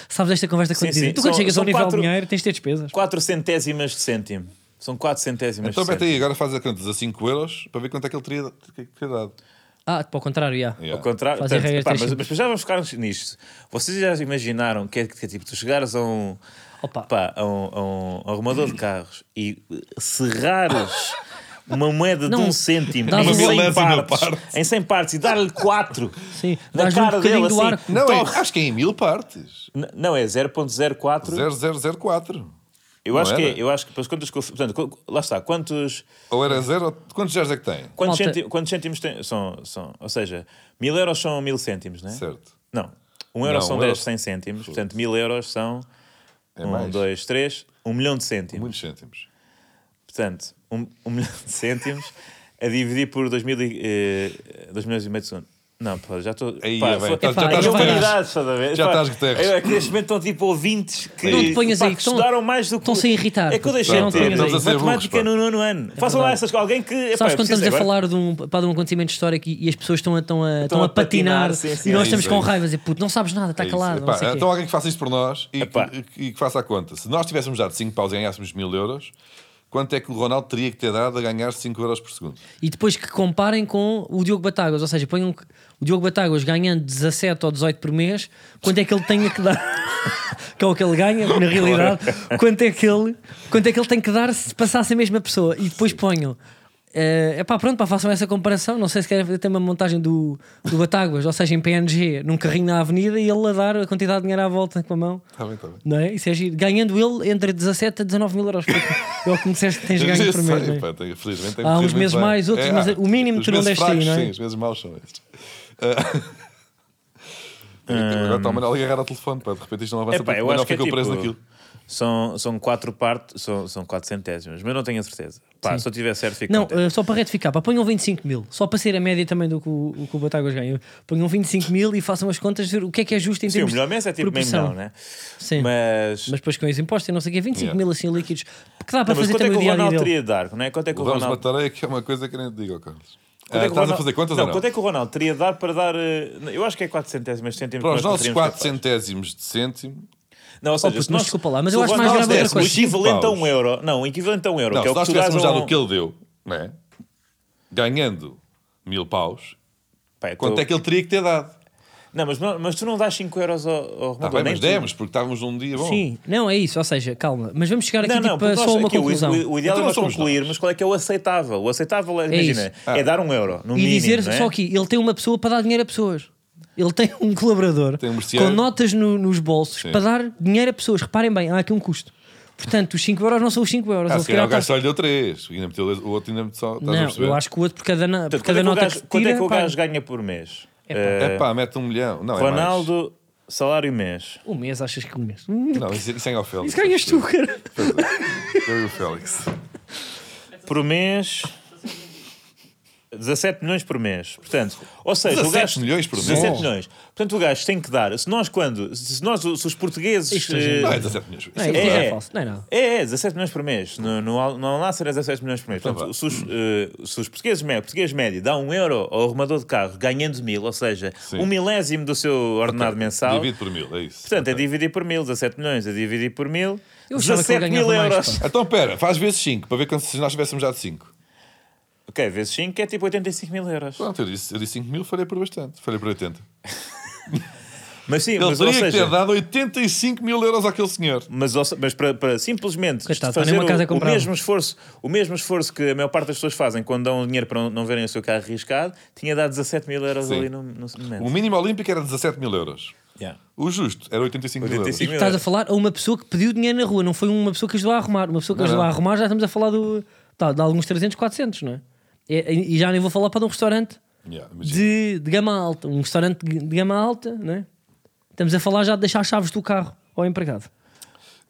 [SPEAKER 2] Sabes esta conversa quando dizem
[SPEAKER 3] Sim, sim.
[SPEAKER 2] tu quando
[SPEAKER 3] São-
[SPEAKER 2] chegas
[SPEAKER 3] são
[SPEAKER 2] ao nível
[SPEAKER 3] quatro-
[SPEAKER 2] de dinheiro tens de ter despesas.
[SPEAKER 3] 4 centésimas de cêntimo. São 4 centésimas
[SPEAKER 1] Então
[SPEAKER 3] de
[SPEAKER 1] mete
[SPEAKER 3] cêntimo.
[SPEAKER 1] aí, agora faz a contas a 5 euros para ver quanto é que ele teria, que teria dado.
[SPEAKER 2] Ah, para o contrário, já.
[SPEAKER 1] Yeah.
[SPEAKER 3] Ao contrário,
[SPEAKER 2] Fazem
[SPEAKER 3] portanto,
[SPEAKER 2] regras
[SPEAKER 3] epá,
[SPEAKER 2] três
[SPEAKER 3] mas,
[SPEAKER 2] simples.
[SPEAKER 3] mas já vamos ficar nisto. Vocês já imaginaram que é que é tipo, tu chegares a um,
[SPEAKER 2] Opa.
[SPEAKER 3] pá, a um, a um arrumador de carros e serrares uma moeda de
[SPEAKER 2] Não,
[SPEAKER 3] um cêntimo
[SPEAKER 2] dá-lhe
[SPEAKER 3] em
[SPEAKER 2] uma
[SPEAKER 3] 100
[SPEAKER 1] milésima
[SPEAKER 3] partes,
[SPEAKER 1] parte.
[SPEAKER 3] em 100 partes e dar-lhe 4
[SPEAKER 2] Sim,
[SPEAKER 3] na
[SPEAKER 2] dás-lhe um
[SPEAKER 3] cara dele
[SPEAKER 2] bocadinho do
[SPEAKER 3] assim.
[SPEAKER 2] arco.
[SPEAKER 1] Não, é,
[SPEAKER 3] toma.
[SPEAKER 1] acho que é em mil partes.
[SPEAKER 3] N- Não, é 0.04.
[SPEAKER 1] 0004.
[SPEAKER 3] Eu
[SPEAKER 1] Não
[SPEAKER 3] acho, que
[SPEAKER 1] era?
[SPEAKER 3] é, eu acho que pelas contas que eu fiz- Portanto, co- lá está, quantos,
[SPEAKER 1] Ou era zero? Quantos zeros é que tem?
[SPEAKER 3] quantos,
[SPEAKER 2] Malta.
[SPEAKER 3] cêntimos, quantos cêntimos tem- são, são? Ou seja, mil euros são mil cêntimos, não é?
[SPEAKER 1] Certo.
[SPEAKER 3] Não. Um euro
[SPEAKER 1] Não,
[SPEAKER 3] são
[SPEAKER 1] um
[SPEAKER 3] 10,
[SPEAKER 1] euro-
[SPEAKER 3] 100 cêntimos. Portanto, mil euros são.
[SPEAKER 1] É
[SPEAKER 3] um,
[SPEAKER 1] mais.
[SPEAKER 3] dois, três. Um milhão de cêntimos.
[SPEAKER 1] Muitos cêntimos.
[SPEAKER 3] Portanto, um, um milhão de cêntimos a dividir por 2 mil e, eh, dois milhões e meio de segundo. Não, pá, já estou.
[SPEAKER 1] Aí,
[SPEAKER 3] pá,
[SPEAKER 1] é bem.
[SPEAKER 3] foi-
[SPEAKER 1] Tá-
[SPEAKER 3] pá,
[SPEAKER 2] já
[SPEAKER 3] é
[SPEAKER 2] estás
[SPEAKER 3] humanidade, estás a ver?
[SPEAKER 1] Já tá
[SPEAKER 3] Pá,
[SPEAKER 1] estás Guterres.
[SPEAKER 3] eu- é que neste momento estão tipo ouvintes que.
[SPEAKER 2] Não te ponhas
[SPEAKER 3] pá,
[SPEAKER 2] aí,
[SPEAKER 3] que
[SPEAKER 2] estão-
[SPEAKER 3] estudaram mais do que.
[SPEAKER 2] estão-se a irritar.
[SPEAKER 3] É que eu deixei
[SPEAKER 2] Não
[SPEAKER 3] de
[SPEAKER 2] te
[SPEAKER 3] ter.
[SPEAKER 2] ponhas aí.
[SPEAKER 1] Estamos a ser
[SPEAKER 3] Matemática
[SPEAKER 1] burros, pá.
[SPEAKER 3] no nono ano. Façam lá
[SPEAKER 2] verdade.
[SPEAKER 3] essas. Alguém que. epá,
[SPEAKER 2] Sabes
[SPEAKER 3] eu
[SPEAKER 2] quando
[SPEAKER 3] preciso
[SPEAKER 2] estamos a falar
[SPEAKER 3] agora-
[SPEAKER 2] de um, pá, de um acontecimento histórico e, e as pessoas estão a, estão a, estão a patinar,
[SPEAKER 3] sim, sim,
[SPEAKER 2] e nós
[SPEAKER 1] é
[SPEAKER 2] estamos
[SPEAKER 1] isso, é
[SPEAKER 2] com
[SPEAKER 1] isso.
[SPEAKER 2] raiva a dizer, puto, não sabes nada, está
[SPEAKER 1] É isso.
[SPEAKER 2] Tá calado.
[SPEAKER 1] Epá,
[SPEAKER 2] não sei o quê.
[SPEAKER 1] então alguém que faça isto por nós e
[SPEAKER 3] Epá.
[SPEAKER 1] que, e que faça a conta. Se nós tivéssemos dado 5 paus e ganhássemos mil euros, quanto é que o Ronaldo teria que ter dado a ganhar 5 euros por segundo?
[SPEAKER 2] E depois que comparem com o Diogo Batáguas, ou seja, ponham que o Diogo Batáguas ganhando 17 ou 18 por mês, quanto é que ele tem que dar? que é o que ele ganha, na realidade, quanto é que ele, quanto é que ele tem que dar se passasse a mesma pessoa? E depois ponham. É pá, pronto, pá, façam essa comparação. Não sei se querem fazer até uma montagem do, do Batáguas, ou seja, em PNG, num carrinho na avenida e ele a dar a quantidade de dinheiro à volta com a mão,
[SPEAKER 1] Está Tá bem, está bem.
[SPEAKER 2] não é? Isso é giro. Ganhando ele entre 17 a 19 mil euros. É o que me disseste que tens
[SPEAKER 1] Eu
[SPEAKER 2] ganho
[SPEAKER 1] sei,
[SPEAKER 2] por mês. não é?
[SPEAKER 1] pá, tenho- felizmente tenho
[SPEAKER 2] Há uns
[SPEAKER 1] corrido muito
[SPEAKER 2] meses
[SPEAKER 1] bem.
[SPEAKER 2] mais, outros, mas
[SPEAKER 1] há.
[SPEAKER 2] o mínimo
[SPEAKER 1] Os
[SPEAKER 2] tu não
[SPEAKER 1] meses
[SPEAKER 2] deste aí,
[SPEAKER 1] fracos,
[SPEAKER 2] não é?
[SPEAKER 1] Sim, os meses maus são estes. Ah, Agora está o Manuel a agarrar ao telefone, pá, de repente isto não avança
[SPEAKER 3] Epá,
[SPEAKER 1] porque o
[SPEAKER 3] eu
[SPEAKER 1] Manuel
[SPEAKER 3] acho que é
[SPEAKER 1] ficou
[SPEAKER 3] tipo,
[SPEAKER 1] preso naquilo.
[SPEAKER 3] São, são quatro partes, são, são quatro centésimas, mas não tenho a certeza. Pá, se eu tiver certo, fico
[SPEAKER 2] Não,
[SPEAKER 3] contente.
[SPEAKER 2] eh, só para retificar, pá, ponham 25 mil, só para ser a média também do que o, o, que o Batáguas ganha. Ponham 25 mil e façam as contas, ver o que é que é justo em
[SPEAKER 3] Sim, o
[SPEAKER 2] termos
[SPEAKER 3] melhor
[SPEAKER 2] de
[SPEAKER 3] mês é tipo meio
[SPEAKER 2] proporção.
[SPEAKER 3] milhão, né?
[SPEAKER 2] Sim. Mas...
[SPEAKER 3] Mas.
[SPEAKER 2] depois com os impostos e não sei o que, 25
[SPEAKER 1] Yeah.
[SPEAKER 2] mil assim líquidos, porque dá para
[SPEAKER 3] Não, mas
[SPEAKER 2] fazer
[SPEAKER 3] quanto é
[SPEAKER 2] também
[SPEAKER 3] que
[SPEAKER 2] o
[SPEAKER 3] o
[SPEAKER 2] dia a
[SPEAKER 3] Ronaldo
[SPEAKER 2] dia dele.
[SPEAKER 3] teria de dar? Não é? Quanto é que o
[SPEAKER 1] Vamos
[SPEAKER 3] Ronaldo.
[SPEAKER 1] matar é que é uma coisa que nem te digo, ó, Carlos. Ah,
[SPEAKER 3] Quanto é que
[SPEAKER 1] estás
[SPEAKER 3] o
[SPEAKER 1] a
[SPEAKER 3] Ronaldo-
[SPEAKER 1] fazer contas
[SPEAKER 3] não,
[SPEAKER 1] ou não?
[SPEAKER 3] quanto é que o Ronaldo teria de dar para dar. eh, Eu acho que é 4 centésimos, centésimos.
[SPEAKER 1] Para
[SPEAKER 3] é que
[SPEAKER 1] os
[SPEAKER 3] nós
[SPEAKER 1] nossos
[SPEAKER 3] seríamos
[SPEAKER 1] 4
[SPEAKER 3] capazes.
[SPEAKER 1] centésimos de cêntimo,
[SPEAKER 3] Não, ou seja,
[SPEAKER 2] puto,
[SPEAKER 3] se
[SPEAKER 2] mas
[SPEAKER 3] nós-
[SPEAKER 2] desculpa lá, mas
[SPEAKER 3] se
[SPEAKER 2] eu
[SPEAKER 3] o
[SPEAKER 2] acho mais
[SPEAKER 3] Ronaldo
[SPEAKER 2] grave outra
[SPEAKER 3] desse
[SPEAKER 2] coisa.
[SPEAKER 3] O equivalente a
[SPEAKER 1] Cinco
[SPEAKER 3] 1
[SPEAKER 1] paus.
[SPEAKER 3] euro. Não, o equivalente a 1 euro.
[SPEAKER 1] Não,
[SPEAKER 3] que
[SPEAKER 1] se
[SPEAKER 3] é o que
[SPEAKER 1] nós
[SPEAKER 3] tu dás
[SPEAKER 1] tivéssemos
[SPEAKER 3] a
[SPEAKER 1] dado
[SPEAKER 3] um...
[SPEAKER 1] o que ele deu, né? ganhando mil paus,
[SPEAKER 3] Pá, eu
[SPEAKER 1] quanto
[SPEAKER 3] tô-
[SPEAKER 1] é que ele teria que ter dado?
[SPEAKER 3] Não, mas, não- mas tu não dás 5 euros ao, ao
[SPEAKER 1] Tá
[SPEAKER 3] Ronaldo.
[SPEAKER 1] bem,
[SPEAKER 3] Então nem
[SPEAKER 1] mas
[SPEAKER 3] tu.
[SPEAKER 1] demos, porque estávamos num dia bom.
[SPEAKER 2] Sim, não é isso, ou seja, calma, mas vamos chegar aqui
[SPEAKER 3] Não,
[SPEAKER 2] tipo,
[SPEAKER 3] não,
[SPEAKER 2] a
[SPEAKER 3] porque
[SPEAKER 2] só
[SPEAKER 3] nós-
[SPEAKER 2] uma
[SPEAKER 3] aqui o-
[SPEAKER 2] conclusão.
[SPEAKER 3] O, o ideal
[SPEAKER 1] Então
[SPEAKER 3] é
[SPEAKER 1] não
[SPEAKER 3] nós
[SPEAKER 1] somos nós.
[SPEAKER 3] concluirmos qual é que é o aceitável. O aceitável, é, imagina,
[SPEAKER 2] isso.
[SPEAKER 3] é dar um euro. No
[SPEAKER 2] E
[SPEAKER 3] mínimo,
[SPEAKER 2] dizer
[SPEAKER 3] não é?
[SPEAKER 2] só aqui, ele tem uma pessoa para dar dinheiro a pessoas. Ele tem um colaborador
[SPEAKER 1] Tem um merceário.
[SPEAKER 2] com notas no- nos bolsos para dar dinheiro a pessoas. Reparem bem, há aqui um custo. Portanto, os 5 euros não são os 5 euros.
[SPEAKER 1] Ah,
[SPEAKER 2] Ele
[SPEAKER 1] se
[SPEAKER 2] se
[SPEAKER 1] calhar o
[SPEAKER 2] calhar
[SPEAKER 1] gajo
[SPEAKER 2] tá-
[SPEAKER 1] só lhe deu 3. O outro ainda só. Estás a
[SPEAKER 2] Não,
[SPEAKER 1] perceber?
[SPEAKER 2] eu acho que o outro por cada, na- por
[SPEAKER 3] Portanto, quanto
[SPEAKER 2] cada
[SPEAKER 3] é que o
[SPEAKER 2] nota
[SPEAKER 3] gajo-
[SPEAKER 2] que
[SPEAKER 3] Quanto
[SPEAKER 2] tira.
[SPEAKER 3] é que o
[SPEAKER 2] paga.
[SPEAKER 3] gajo ganha por mês? Eh,
[SPEAKER 1] É pá, mete um milhão. Não, é
[SPEAKER 3] Ronaldo, salário mês.
[SPEAKER 2] Um mês, achas que um mês?
[SPEAKER 1] mais. Não, isso, isso é ao Félix.
[SPEAKER 2] Isso ganhas tu, cara. Tipo,
[SPEAKER 1] Eu e o Félix.
[SPEAKER 3] Por mês. 17 milhões por mês. Portanto, ou seja, o
[SPEAKER 1] 17
[SPEAKER 3] gajo,
[SPEAKER 1] milhões por mês?
[SPEAKER 3] 17 milhões. Portanto, o gajo tem que dar. Se nós, quando. Se, nós, se os portugueses.
[SPEAKER 2] Isto é gente.
[SPEAKER 1] Não,
[SPEAKER 3] eh,
[SPEAKER 1] é 17 milhões. Isso
[SPEAKER 2] Não,
[SPEAKER 1] é
[SPEAKER 2] é,
[SPEAKER 1] verdade.
[SPEAKER 2] isso é
[SPEAKER 3] é.
[SPEAKER 2] falso. Não é nada.
[SPEAKER 3] É, é, 17 milhões por mês. No, no, Al- no Al-Nassr é 17 milhões por mês.
[SPEAKER 1] Então vá.
[SPEAKER 3] Portanto, se os, eh, se os portugueses, mé- português médio dá um euro ao arrumador de carro ganhando mil, ou seja, um milésimo do seu ordenado mensal.
[SPEAKER 1] Divide por mil, é isso.
[SPEAKER 3] Portanto, é dividir por mil, 17 milhões é dividir por mil,
[SPEAKER 2] Eu achava que ele
[SPEAKER 3] 17 mil
[SPEAKER 2] ganhava mais,
[SPEAKER 3] euros.
[SPEAKER 2] pá.
[SPEAKER 1] Então, pera, faz vezes 5 para ver quanto se nós tivéssemos dado 5.
[SPEAKER 3] ok, vezes 5 é tipo 85 mil euros.
[SPEAKER 1] Pronto, eu disse, eu disse 5 mil, falhei por bastante. Falei por 80.
[SPEAKER 3] Mas sim,
[SPEAKER 1] Ele
[SPEAKER 3] mas, ou
[SPEAKER 1] teria que
[SPEAKER 3] seja,
[SPEAKER 1] ter dado 85 mil euros àquele senhor.
[SPEAKER 3] mas, ou se- mas para, para simplesmente
[SPEAKER 2] Coitado, está
[SPEAKER 3] fazer
[SPEAKER 2] numa casa
[SPEAKER 3] o, o
[SPEAKER 2] comprada.
[SPEAKER 3] mesmo esforço, o mesmo esforço que a maior parte das pessoas fazem quando dão dinheiro para não, não verem o seu carro arriscado, tinha dado 17 mil euros
[SPEAKER 1] Sim.
[SPEAKER 3] ali no, no momento.
[SPEAKER 1] O mínimo olímpico era 17 mil euros.
[SPEAKER 3] Yeah.
[SPEAKER 1] O justo era 85, mil
[SPEAKER 3] 85
[SPEAKER 2] Estás a falar a uma pessoa que pediu dinheiro na rua, não foi uma pessoa que ajudou a arrumar. Uma pessoa que
[SPEAKER 1] Não,
[SPEAKER 2] ajudou a
[SPEAKER 1] não.
[SPEAKER 2] arrumar, já estamos a falar do, tá, de alguns 300, 400, não é? É, E, e já nem vou falar para de um restaurante
[SPEAKER 1] euros. Yeah, imagina.
[SPEAKER 2] de, de gama alta. Um restaurante de, de gama alta, não é? Estamos a falar já de deixar as chaves do carro ao empregado.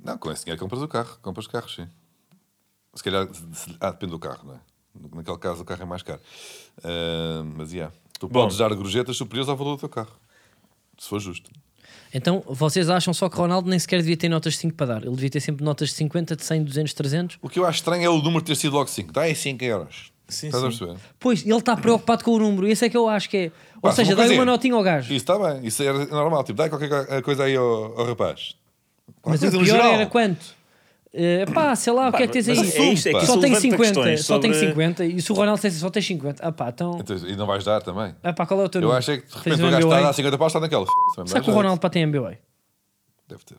[SPEAKER 1] Não, com esse dinheiro compras o carro, compras carros, sim. Se calhar, se- se- ah, depende do carro, não é? Naquele caso, o carro é mais caro. Ah, mas, yeah, tu podes dar gorjetas superiores ao valor do teu carro, se for justo.
[SPEAKER 2] Então, vocês acham só que Ronaldo nem sequer devia ter notas de 5 para dar. Ele devia ter sempre notas de 50, de 100, 200, 300.
[SPEAKER 1] O que eu acho estranho é o número ter sido logo 5. Dá aí 5 euros.
[SPEAKER 3] Sim,
[SPEAKER 1] Estás a
[SPEAKER 3] sim.
[SPEAKER 1] perceber?
[SPEAKER 2] Pois, ele está preocupado com o número. Esse é que eu acho que é... Ou
[SPEAKER 1] Pá,
[SPEAKER 2] seja,
[SPEAKER 1] coisa
[SPEAKER 2] dá-lhe
[SPEAKER 1] é-
[SPEAKER 2] uma notinha ao gajo.
[SPEAKER 1] Isso está bem, isso era normal. Tipo, dá qualquer co- coisa aí ao, ao rapaz.
[SPEAKER 2] Mas
[SPEAKER 1] coisa
[SPEAKER 2] o
[SPEAKER 1] no
[SPEAKER 2] pior
[SPEAKER 1] geral.
[SPEAKER 2] era quanto? Eh, pá, sei lá, o que é que tens aí?
[SPEAKER 3] mas é isto, é que
[SPEAKER 2] só
[SPEAKER 3] isso
[SPEAKER 2] tem
[SPEAKER 3] levanta
[SPEAKER 2] 50,
[SPEAKER 3] questões
[SPEAKER 2] só tem
[SPEAKER 3] sobre-
[SPEAKER 2] 50. E se o Ronaldo dissesse só tens 50, ah pá, então.
[SPEAKER 1] Então, e não vais dar também.
[SPEAKER 2] Ah pá, qual é o teu
[SPEAKER 1] Eu
[SPEAKER 2] número?
[SPEAKER 1] acho é que de
[SPEAKER 2] Tens
[SPEAKER 1] repente
[SPEAKER 2] um
[SPEAKER 1] o gajo está a
[SPEAKER 2] MBA?
[SPEAKER 1] dar é 50 paus, está naquela. Também
[SPEAKER 2] Será que o
[SPEAKER 1] dá.
[SPEAKER 2] Ronaldo pá, tem MBA?
[SPEAKER 1] Deve ter.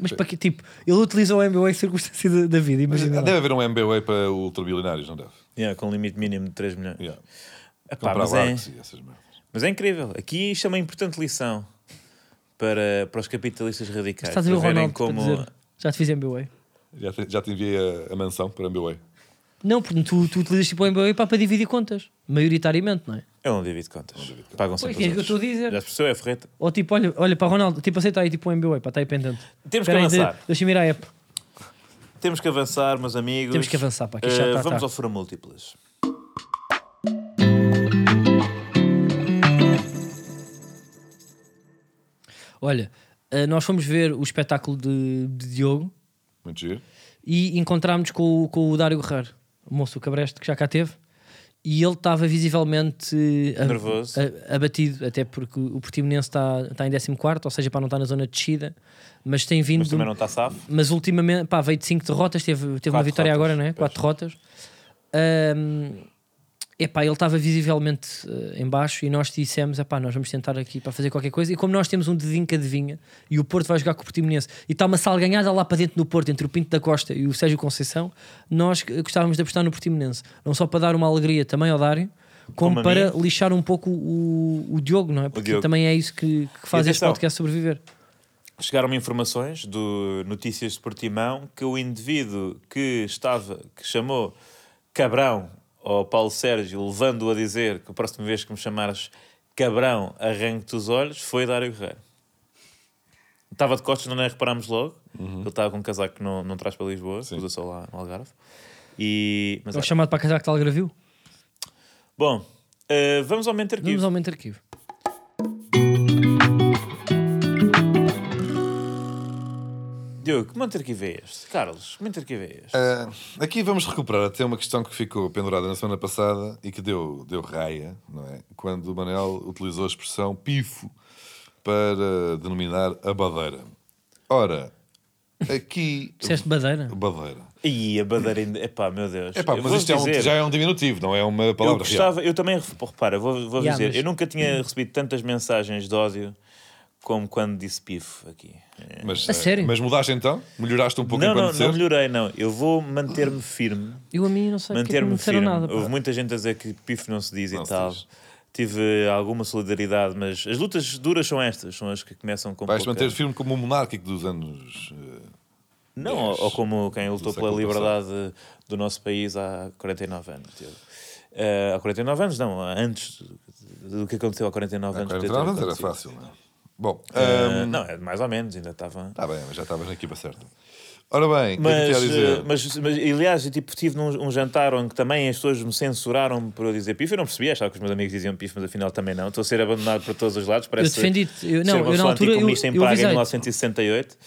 [SPEAKER 2] Mas para que tipo, ele utiliza o MBA em circunstância da, da vida, imagina. lá.
[SPEAKER 1] Deve haver um MBA para ultrabilionários, não deve?
[SPEAKER 3] Yeah, com um limite mínimo de 3 milhões.
[SPEAKER 1] Yeah.
[SPEAKER 3] Epá,
[SPEAKER 1] Comprar
[SPEAKER 3] mas, é,
[SPEAKER 1] barcos e essas merdas.
[SPEAKER 3] mas é incrível. Aqui isto é uma importante lição para, para os capitalistas radicais.
[SPEAKER 2] Estás a ver o
[SPEAKER 3] para verem
[SPEAKER 2] Ronaldo para dizer, já te fiz MBA.
[SPEAKER 1] Já te, já te enviei a, a mansão para MBA.
[SPEAKER 2] Não, porque tu, tu utilizas tipo o MBA para, para dividir contas, maioritariamente, não é?
[SPEAKER 3] Eu não divido contas. Pagam
[SPEAKER 2] Pois, é
[SPEAKER 3] sempre. os
[SPEAKER 2] isso que eu estou a
[SPEAKER 3] outros.
[SPEAKER 2] dizer.
[SPEAKER 3] Já as pessoas é ferreta.
[SPEAKER 2] Ou tipo, olha, olha para Ronaldo, tipo, aceita aí tipo um MBA, pá, está aí pendente.
[SPEAKER 3] Temos que
[SPEAKER 2] Espera aí, de-
[SPEAKER 3] avançar.
[SPEAKER 2] Deixa-me ir à app.
[SPEAKER 3] Temos que avançar, meus amigos.
[SPEAKER 2] Temos que avançar, pá, que isto já tá,
[SPEAKER 3] Eh,
[SPEAKER 2] está
[SPEAKER 3] Vamos
[SPEAKER 2] tarde.
[SPEAKER 3] ao Fura Múltiplas.
[SPEAKER 2] Olha, eh, nós fomos ver o espetáculo de, de Diogo
[SPEAKER 1] Muito giro.
[SPEAKER 2] e encontrámos com, o- com o Dário Guerreiro, o moço do Cabresto que já cá teve, e ele estava visivelmente eh, ab-
[SPEAKER 3] Nervoso.
[SPEAKER 2] a- abatido, até porque o Portimonense está, está em 14, ou seja, para não estar na zona de descida, mas tem vindo.
[SPEAKER 3] Mas também não está safo.
[SPEAKER 2] mas ultimamente pá, veio de 5 derrotas, teve, teve uma
[SPEAKER 3] Quatro
[SPEAKER 2] vitória
[SPEAKER 3] derrotas,
[SPEAKER 2] agora, não é? 4 derrotas. Ahm, epá, ele estava visivelmente eh, em baixo e nós dissemos: epá, nós vamos tentar aqui para fazer qualquer coisa. E como nós temos um dedinho que adivinha e o Porto vai jogar com o Portimonense e está uma salganhada lá para dentro no Porto, entre o Pinto da Costa e o Sérgio Conceição, nós eh, gostávamos de apostar no Portimonense. Não só para dar uma alegria também ao Dário, como,
[SPEAKER 3] Como a
[SPEAKER 2] para
[SPEAKER 3] mim.
[SPEAKER 2] lixar um pouco o, o Diogo, não é? Porque
[SPEAKER 3] Diogo.
[SPEAKER 2] também é isso que, que faz este
[SPEAKER 3] atenção.
[SPEAKER 2] podcast sobreviver.
[SPEAKER 3] Chegaram-me informações do Notícias de Portimão que o indivíduo que estava, que chamou Cabrão ao Paulo Sérgio, levando-o a dizer que a próxima vez que me chamares Cabrão, arranque-te os olhos, foi Dário Guerreiro. Estava de costas, não é? Reparámos logo.
[SPEAKER 1] Uhum.
[SPEAKER 3] Ele estava com um casaco que não, não traz para Lisboa, usa só lá no Algarve. E, mas
[SPEAKER 2] É o
[SPEAKER 3] é.
[SPEAKER 2] chamado para casar que tal gravio?
[SPEAKER 3] Bom, eh, vamos ao Mente Arquivo.
[SPEAKER 2] Vamos ao momento de arquivo.
[SPEAKER 3] Diogo, que Mente Arquivo é este? Carlos, que Mente Arquivo é este?
[SPEAKER 1] Ah, aqui vamos recuperar até uma questão que ficou pendurada na semana passada e que deu, deu raia, não é? Quando o Manel utilizou a expressão pifo para denominar a badeira. Ora, aqui.
[SPEAKER 2] Disseste badeira?
[SPEAKER 1] Badeira.
[SPEAKER 3] E a Badeira ainda. Epá, meu Deus.
[SPEAKER 1] Epá,
[SPEAKER 3] Eu
[SPEAKER 1] mas
[SPEAKER 3] vou-vos
[SPEAKER 1] isto é um-
[SPEAKER 3] dizer,
[SPEAKER 1] já é um diminutivo, não é uma
[SPEAKER 3] Eu
[SPEAKER 1] palavra real.
[SPEAKER 3] gostava, eu também, ref- repara, vou, vou
[SPEAKER 2] Yeah,
[SPEAKER 3] dizer,
[SPEAKER 2] mas-
[SPEAKER 3] eu nunca tinha recebido tantas mensagens de ódio como quando disse pifo aqui. É.
[SPEAKER 1] Mas, eh,
[SPEAKER 2] A sério?
[SPEAKER 1] mas mudaste então? Melhoraste um pouco
[SPEAKER 3] Não,
[SPEAKER 1] enquanto
[SPEAKER 3] não,
[SPEAKER 1] ser?
[SPEAKER 3] não melhorei, não. Eu vou manter-me firme.
[SPEAKER 2] Eu a mim não sei porque é que não me
[SPEAKER 3] Manter-me
[SPEAKER 2] disseram
[SPEAKER 3] firme.
[SPEAKER 2] nada. pá.
[SPEAKER 3] Houve muita gente a dizer que pifo não se diz
[SPEAKER 1] Não
[SPEAKER 3] e
[SPEAKER 1] se
[SPEAKER 3] tal.
[SPEAKER 1] diz.
[SPEAKER 3] Tive alguma solidariedade, mas as lutas duras são estas, são as que começam com.
[SPEAKER 1] Vais
[SPEAKER 3] pouca-
[SPEAKER 1] manter firme como um monárquico dos anos. eh,
[SPEAKER 3] Não,
[SPEAKER 1] Yes.
[SPEAKER 3] ou, ou como quem lutou pela
[SPEAKER 1] século
[SPEAKER 3] liberdade do nosso país há 49 anos. teve. Eh, há 49 anos, não, antes do do que aconteceu há 49
[SPEAKER 1] há
[SPEAKER 3] anos.
[SPEAKER 1] 49 anos era
[SPEAKER 3] acontecido.
[SPEAKER 1] fácil, não é? Bom,
[SPEAKER 3] Eh,
[SPEAKER 1] ahm, Tá,
[SPEAKER 3] não, é mais ou menos, ainda estava.
[SPEAKER 1] Está bem, mas já estavas na equipa certa. Ora bem, o que é que
[SPEAKER 3] Mas,
[SPEAKER 1] eu te ia
[SPEAKER 3] eh,
[SPEAKER 1] dizer?
[SPEAKER 3] mas, mas, aliás, eu tipo, tive num um jantar onde também as pessoas me censuraram por eu dizer pif. Eu não percebi, achava que os meus amigos diziam pif, mas afinal também não. Estou a ser abandonado por todos os lados. Parece
[SPEAKER 2] defendi-te. Eu- não,
[SPEAKER 3] ser
[SPEAKER 2] eu
[SPEAKER 3] uma
[SPEAKER 2] na
[SPEAKER 3] pessoa
[SPEAKER 2] altura, eu-
[SPEAKER 3] anticomunista em
[SPEAKER 2] eu
[SPEAKER 3] Praga em
[SPEAKER 2] avisei-te.
[SPEAKER 3] 1968.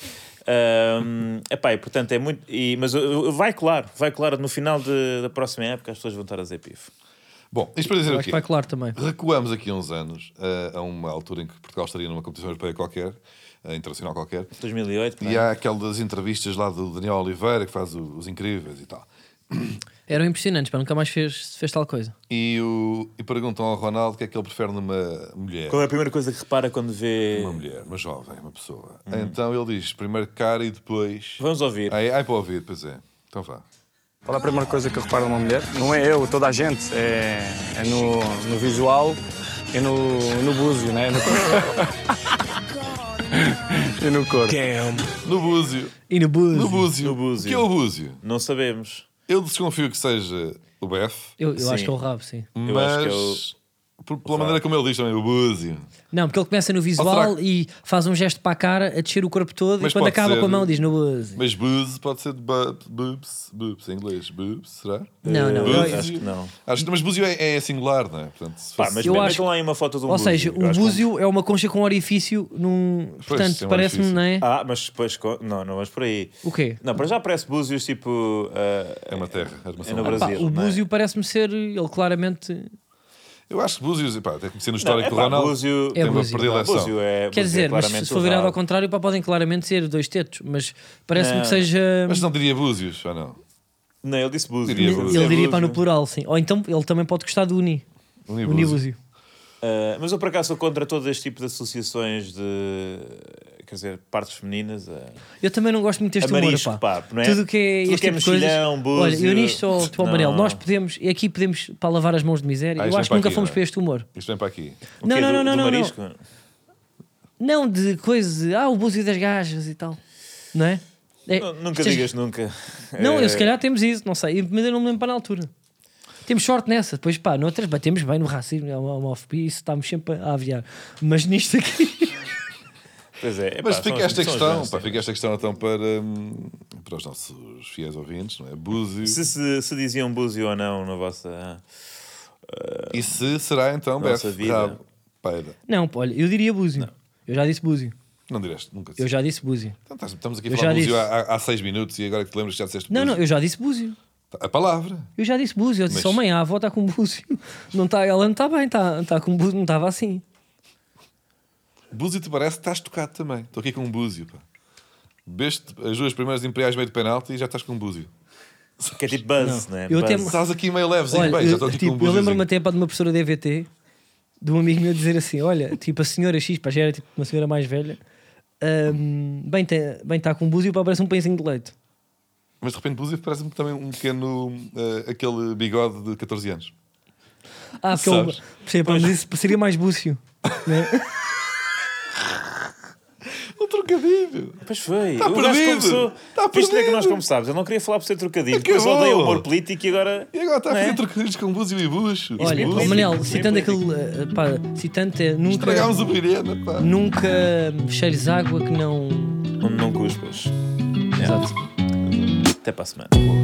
[SPEAKER 3] Ahm, epá, e, portanto, é muito. e- mas uh, vai claro, vai claro. No final de- da próxima época as pessoas vão estar a dizer pif.
[SPEAKER 1] Bom, isto para dizer
[SPEAKER 2] Eu
[SPEAKER 1] o
[SPEAKER 2] Acho que
[SPEAKER 1] quê?
[SPEAKER 2] vai claro também.
[SPEAKER 1] Recuamos aqui uns anos, eh, a uma altura em que Portugal estaria numa competição europeia qualquer, eh, internacional qualquer,
[SPEAKER 3] 2008,
[SPEAKER 1] e
[SPEAKER 3] pá.
[SPEAKER 1] há aquela das entrevistas lá do Daniel Oliveira, que faz o- os incríveis e tal.
[SPEAKER 2] Eram impressionantes, pá, nunca mais fez, fez tal coisa.
[SPEAKER 1] E, o- e perguntam ao Ronaldo o que é que ele prefere numa mulher.
[SPEAKER 3] Qual é a primeira coisa que repara quando vê.
[SPEAKER 1] Uma mulher, uma jovem, uma pessoa.
[SPEAKER 3] Uhum.
[SPEAKER 1] Então ele diz primeiro cara e depois.
[SPEAKER 3] Vamos ouvir.
[SPEAKER 1] Ai, ai para ouvir, pois é. Então vá.
[SPEAKER 5] Qual é a primeira coisa que eu reparo numa mulher? Não é eu, toda a gente. É, é no, no visual e no, no búzio, né? No corpo. e no corpo.
[SPEAKER 1] No Búzio.
[SPEAKER 2] E no
[SPEAKER 1] No
[SPEAKER 2] Búzios.
[SPEAKER 1] Búzio.
[SPEAKER 3] No Búzio.
[SPEAKER 1] Que é o Búzio?
[SPEAKER 3] Não sabemos.
[SPEAKER 1] Eu desconfio que seja o Beth.
[SPEAKER 2] Eu, eu acho
[SPEAKER 3] Sim.
[SPEAKER 2] que é o rabo, sim.
[SPEAKER 1] Mas,
[SPEAKER 3] Eu acho que é o-
[SPEAKER 1] por- pela maneira como ele diz também, o búzio.
[SPEAKER 2] Não, porque ele começa no
[SPEAKER 1] Ou
[SPEAKER 2] visual
[SPEAKER 1] será
[SPEAKER 2] e faz um gesto para a cara a descer o corpo todo
[SPEAKER 1] Mas
[SPEAKER 2] e quando
[SPEAKER 1] pode
[SPEAKER 2] acaba
[SPEAKER 1] ser-
[SPEAKER 2] com a mão diz no Búzios.
[SPEAKER 1] Mas booze pode ser de bu- boobs, boobs em inglês. Boobs, será?
[SPEAKER 2] Não, não.
[SPEAKER 3] Eh,
[SPEAKER 2] eu-
[SPEAKER 3] acho que não.
[SPEAKER 1] Acho que, mas búzio é, é singular, não é? Portanto, se
[SPEAKER 3] Pá,
[SPEAKER 1] fosse-
[SPEAKER 3] mas
[SPEAKER 2] Eu
[SPEAKER 3] eu
[SPEAKER 2] acho-
[SPEAKER 3] acho... lá em uma foto de um
[SPEAKER 2] Ou seja,
[SPEAKER 3] búzio. Eu
[SPEAKER 2] o
[SPEAKER 3] acho que-
[SPEAKER 2] búzio é uma concha com orifício num.
[SPEAKER 1] tem
[SPEAKER 2] Portanto,
[SPEAKER 1] um
[SPEAKER 2] parece-me,
[SPEAKER 1] orifício.
[SPEAKER 2] não é?
[SPEAKER 3] Ah, mas depois. co- Não, não vamos por aí.
[SPEAKER 2] O quê?
[SPEAKER 3] Não, para já parece búzios tipo. ah,
[SPEAKER 1] É uma terra. é uma
[SPEAKER 3] no
[SPEAKER 1] selva.
[SPEAKER 3] Brasil.
[SPEAKER 2] Pá, o
[SPEAKER 3] não é?
[SPEAKER 2] búzio parece-me ser. Ele claramente.
[SPEAKER 1] Eu acho que búzios, pá, até conhecendo o
[SPEAKER 3] não,
[SPEAKER 1] histórico
[SPEAKER 3] é
[SPEAKER 1] do
[SPEAKER 3] pá,
[SPEAKER 1] Ronaldo,
[SPEAKER 3] búzio.
[SPEAKER 1] tem
[SPEAKER 2] É
[SPEAKER 1] uma
[SPEAKER 2] búzio.
[SPEAKER 1] predileção.
[SPEAKER 3] Búzio
[SPEAKER 2] Quer
[SPEAKER 3] é. búzio é
[SPEAKER 2] dizer, mas
[SPEAKER 3] claramente
[SPEAKER 2] se for virado
[SPEAKER 3] o
[SPEAKER 2] ao contrário, pá, podem claramente ser dois tetos. Mas parece-me
[SPEAKER 3] Não.
[SPEAKER 2] que seja.
[SPEAKER 1] Mas não diria búzios, ou não?
[SPEAKER 3] Não, ele disse búzio.
[SPEAKER 1] Diria
[SPEAKER 3] Ele
[SPEAKER 1] búzio.
[SPEAKER 3] disse
[SPEAKER 2] Ele diria para no
[SPEAKER 3] é búzio.
[SPEAKER 2] plural, sim. Ou então ele também pode gostar do Uni.
[SPEAKER 1] Unibúzio.
[SPEAKER 2] Unibúzio.
[SPEAKER 3] Ah, mas eu por acaso sou contra todo este tipo de associações de quer dizer, partes femininas. eh, A...
[SPEAKER 2] Eu também não gosto muito deste
[SPEAKER 3] A
[SPEAKER 2] humor,
[SPEAKER 3] marisco,
[SPEAKER 2] pá.
[SPEAKER 3] pá, não é?
[SPEAKER 2] Tudo que é
[SPEAKER 3] Tudo
[SPEAKER 2] este
[SPEAKER 3] que é
[SPEAKER 2] tipo de coisas.
[SPEAKER 3] mexilhão, búzio.
[SPEAKER 2] Olha, eu nisto só, tipo,
[SPEAKER 3] Não.
[SPEAKER 2] Amarelo, nós podemos, e aqui podemos para lavar as mãos de miséria.
[SPEAKER 1] Ah,
[SPEAKER 2] eu
[SPEAKER 1] isto
[SPEAKER 2] acho que
[SPEAKER 1] vem para
[SPEAKER 2] nunca
[SPEAKER 1] aqui,
[SPEAKER 2] fomos
[SPEAKER 1] não é?
[SPEAKER 2] para este humor.
[SPEAKER 1] Isto vem para aqui.
[SPEAKER 3] O
[SPEAKER 2] Não,
[SPEAKER 3] quê?
[SPEAKER 2] não,
[SPEAKER 3] é do,
[SPEAKER 2] não, não,
[SPEAKER 3] do
[SPEAKER 2] não, não.
[SPEAKER 3] marisco?
[SPEAKER 2] Não de coisas, ah, o búzio das gajas e tal. Não é? É,
[SPEAKER 3] Não, Nunca
[SPEAKER 2] estas-
[SPEAKER 3] digas nunca.
[SPEAKER 2] Não,
[SPEAKER 3] Eh,
[SPEAKER 2] eu se calhar temos isso, não sei, mas eu não me lembro para na altura. Temos sorte nessa, depois pá, noutras batemos bem no racismo, é uma homofobia, isso estamos sempre a aviar. Mas nisto aqui.
[SPEAKER 3] Pois é,
[SPEAKER 1] Mas fica
[SPEAKER 3] epá, são as- é?
[SPEAKER 1] esta
[SPEAKER 3] são as
[SPEAKER 1] questão,
[SPEAKER 3] nuances.
[SPEAKER 1] pá, fica esta questão então para, hum, para os nossos fiéis ouvintes, não é? Búzio.
[SPEAKER 3] Se, se, se diziam búzio ou não na vossa.
[SPEAKER 1] E se será então,
[SPEAKER 3] Nossa
[SPEAKER 1] Beth,
[SPEAKER 3] vida.
[SPEAKER 1] Rabo, Peira.
[SPEAKER 2] Não, pá, olha, eu diria búzio. Eu já disse búzio.
[SPEAKER 1] Não direste, nunca
[SPEAKER 2] Eu
[SPEAKER 1] disseste.
[SPEAKER 2] já disse búzio.
[SPEAKER 1] Então, estás- estamos aqui
[SPEAKER 2] Eu
[SPEAKER 1] a falar
[SPEAKER 2] já
[SPEAKER 1] búzio
[SPEAKER 2] disse.
[SPEAKER 1] há, há seis minutos e agora que te lembras que já disseste
[SPEAKER 2] Não, não,
[SPEAKER 1] búzio.
[SPEAKER 2] eu já disse búzio.
[SPEAKER 1] A palavra.
[SPEAKER 2] Eu já disse búzio, eu disse
[SPEAKER 1] Mas-
[SPEAKER 2] ao mãe, a avó está com búzio. Não está, ela não está bem, está, está com búzio, não estava assim.
[SPEAKER 1] Búzio te parece que estás tocado também. Estou aqui com um búzio, pá. Beste as duas primeiras imperiais meio de penalti e já estás com um búzio.
[SPEAKER 3] ah, que é tipo buzz, né?
[SPEAKER 2] Eu até
[SPEAKER 3] Buzz.
[SPEAKER 2] me-
[SPEAKER 1] Estás aqui meio levezinho,
[SPEAKER 2] Olha,
[SPEAKER 1] bem, já estou
[SPEAKER 2] eu,
[SPEAKER 1] aqui
[SPEAKER 2] tipo,
[SPEAKER 1] com um
[SPEAKER 2] eu
[SPEAKER 1] búzio.
[SPEAKER 2] lembro-me até pá, de uma professora da EVT, de um amigo meu dizer assim: Olha, tipo, a senhora X, pá, já era tipo uma senhora mais velha, hum, bem, tem, bem está com um búzio, pá, parece um pãezinho de leite.
[SPEAKER 1] Mas de repente búzio parece-me também um pequeno, eh, aquele bigode de 14 anos.
[SPEAKER 2] Ah, porque eu,
[SPEAKER 1] Sabes?
[SPEAKER 2] percebo, pá, mas isso seria mais búcio. né?
[SPEAKER 1] Um trocadilho.
[SPEAKER 3] Pois foi.
[SPEAKER 1] Tá
[SPEAKER 3] o gajo
[SPEAKER 1] perdido.
[SPEAKER 3] começou.
[SPEAKER 1] Tá
[SPEAKER 3] Viste onde é que
[SPEAKER 1] perdido. É
[SPEAKER 3] nós começámos? Eu não queria falar por ser trocadilho.
[SPEAKER 1] Acabou.
[SPEAKER 3] Depois odeio o humor político e agora.
[SPEAKER 1] E agora está a
[SPEAKER 3] Não é?
[SPEAKER 1] fazer trocadilhos com búzio e bucho.
[SPEAKER 2] Olha,
[SPEAKER 1] Búzio.
[SPEAKER 2] ó, Manel,
[SPEAKER 3] Bem
[SPEAKER 2] citando aquele,
[SPEAKER 3] político.
[SPEAKER 2] eh, pá, citando eh, nunca,
[SPEAKER 1] Estragámos a Mirena, pá.
[SPEAKER 2] nunca hum, cheires água que não.
[SPEAKER 3] Onde não cuspas.
[SPEAKER 2] Exato.
[SPEAKER 3] Até para a semana.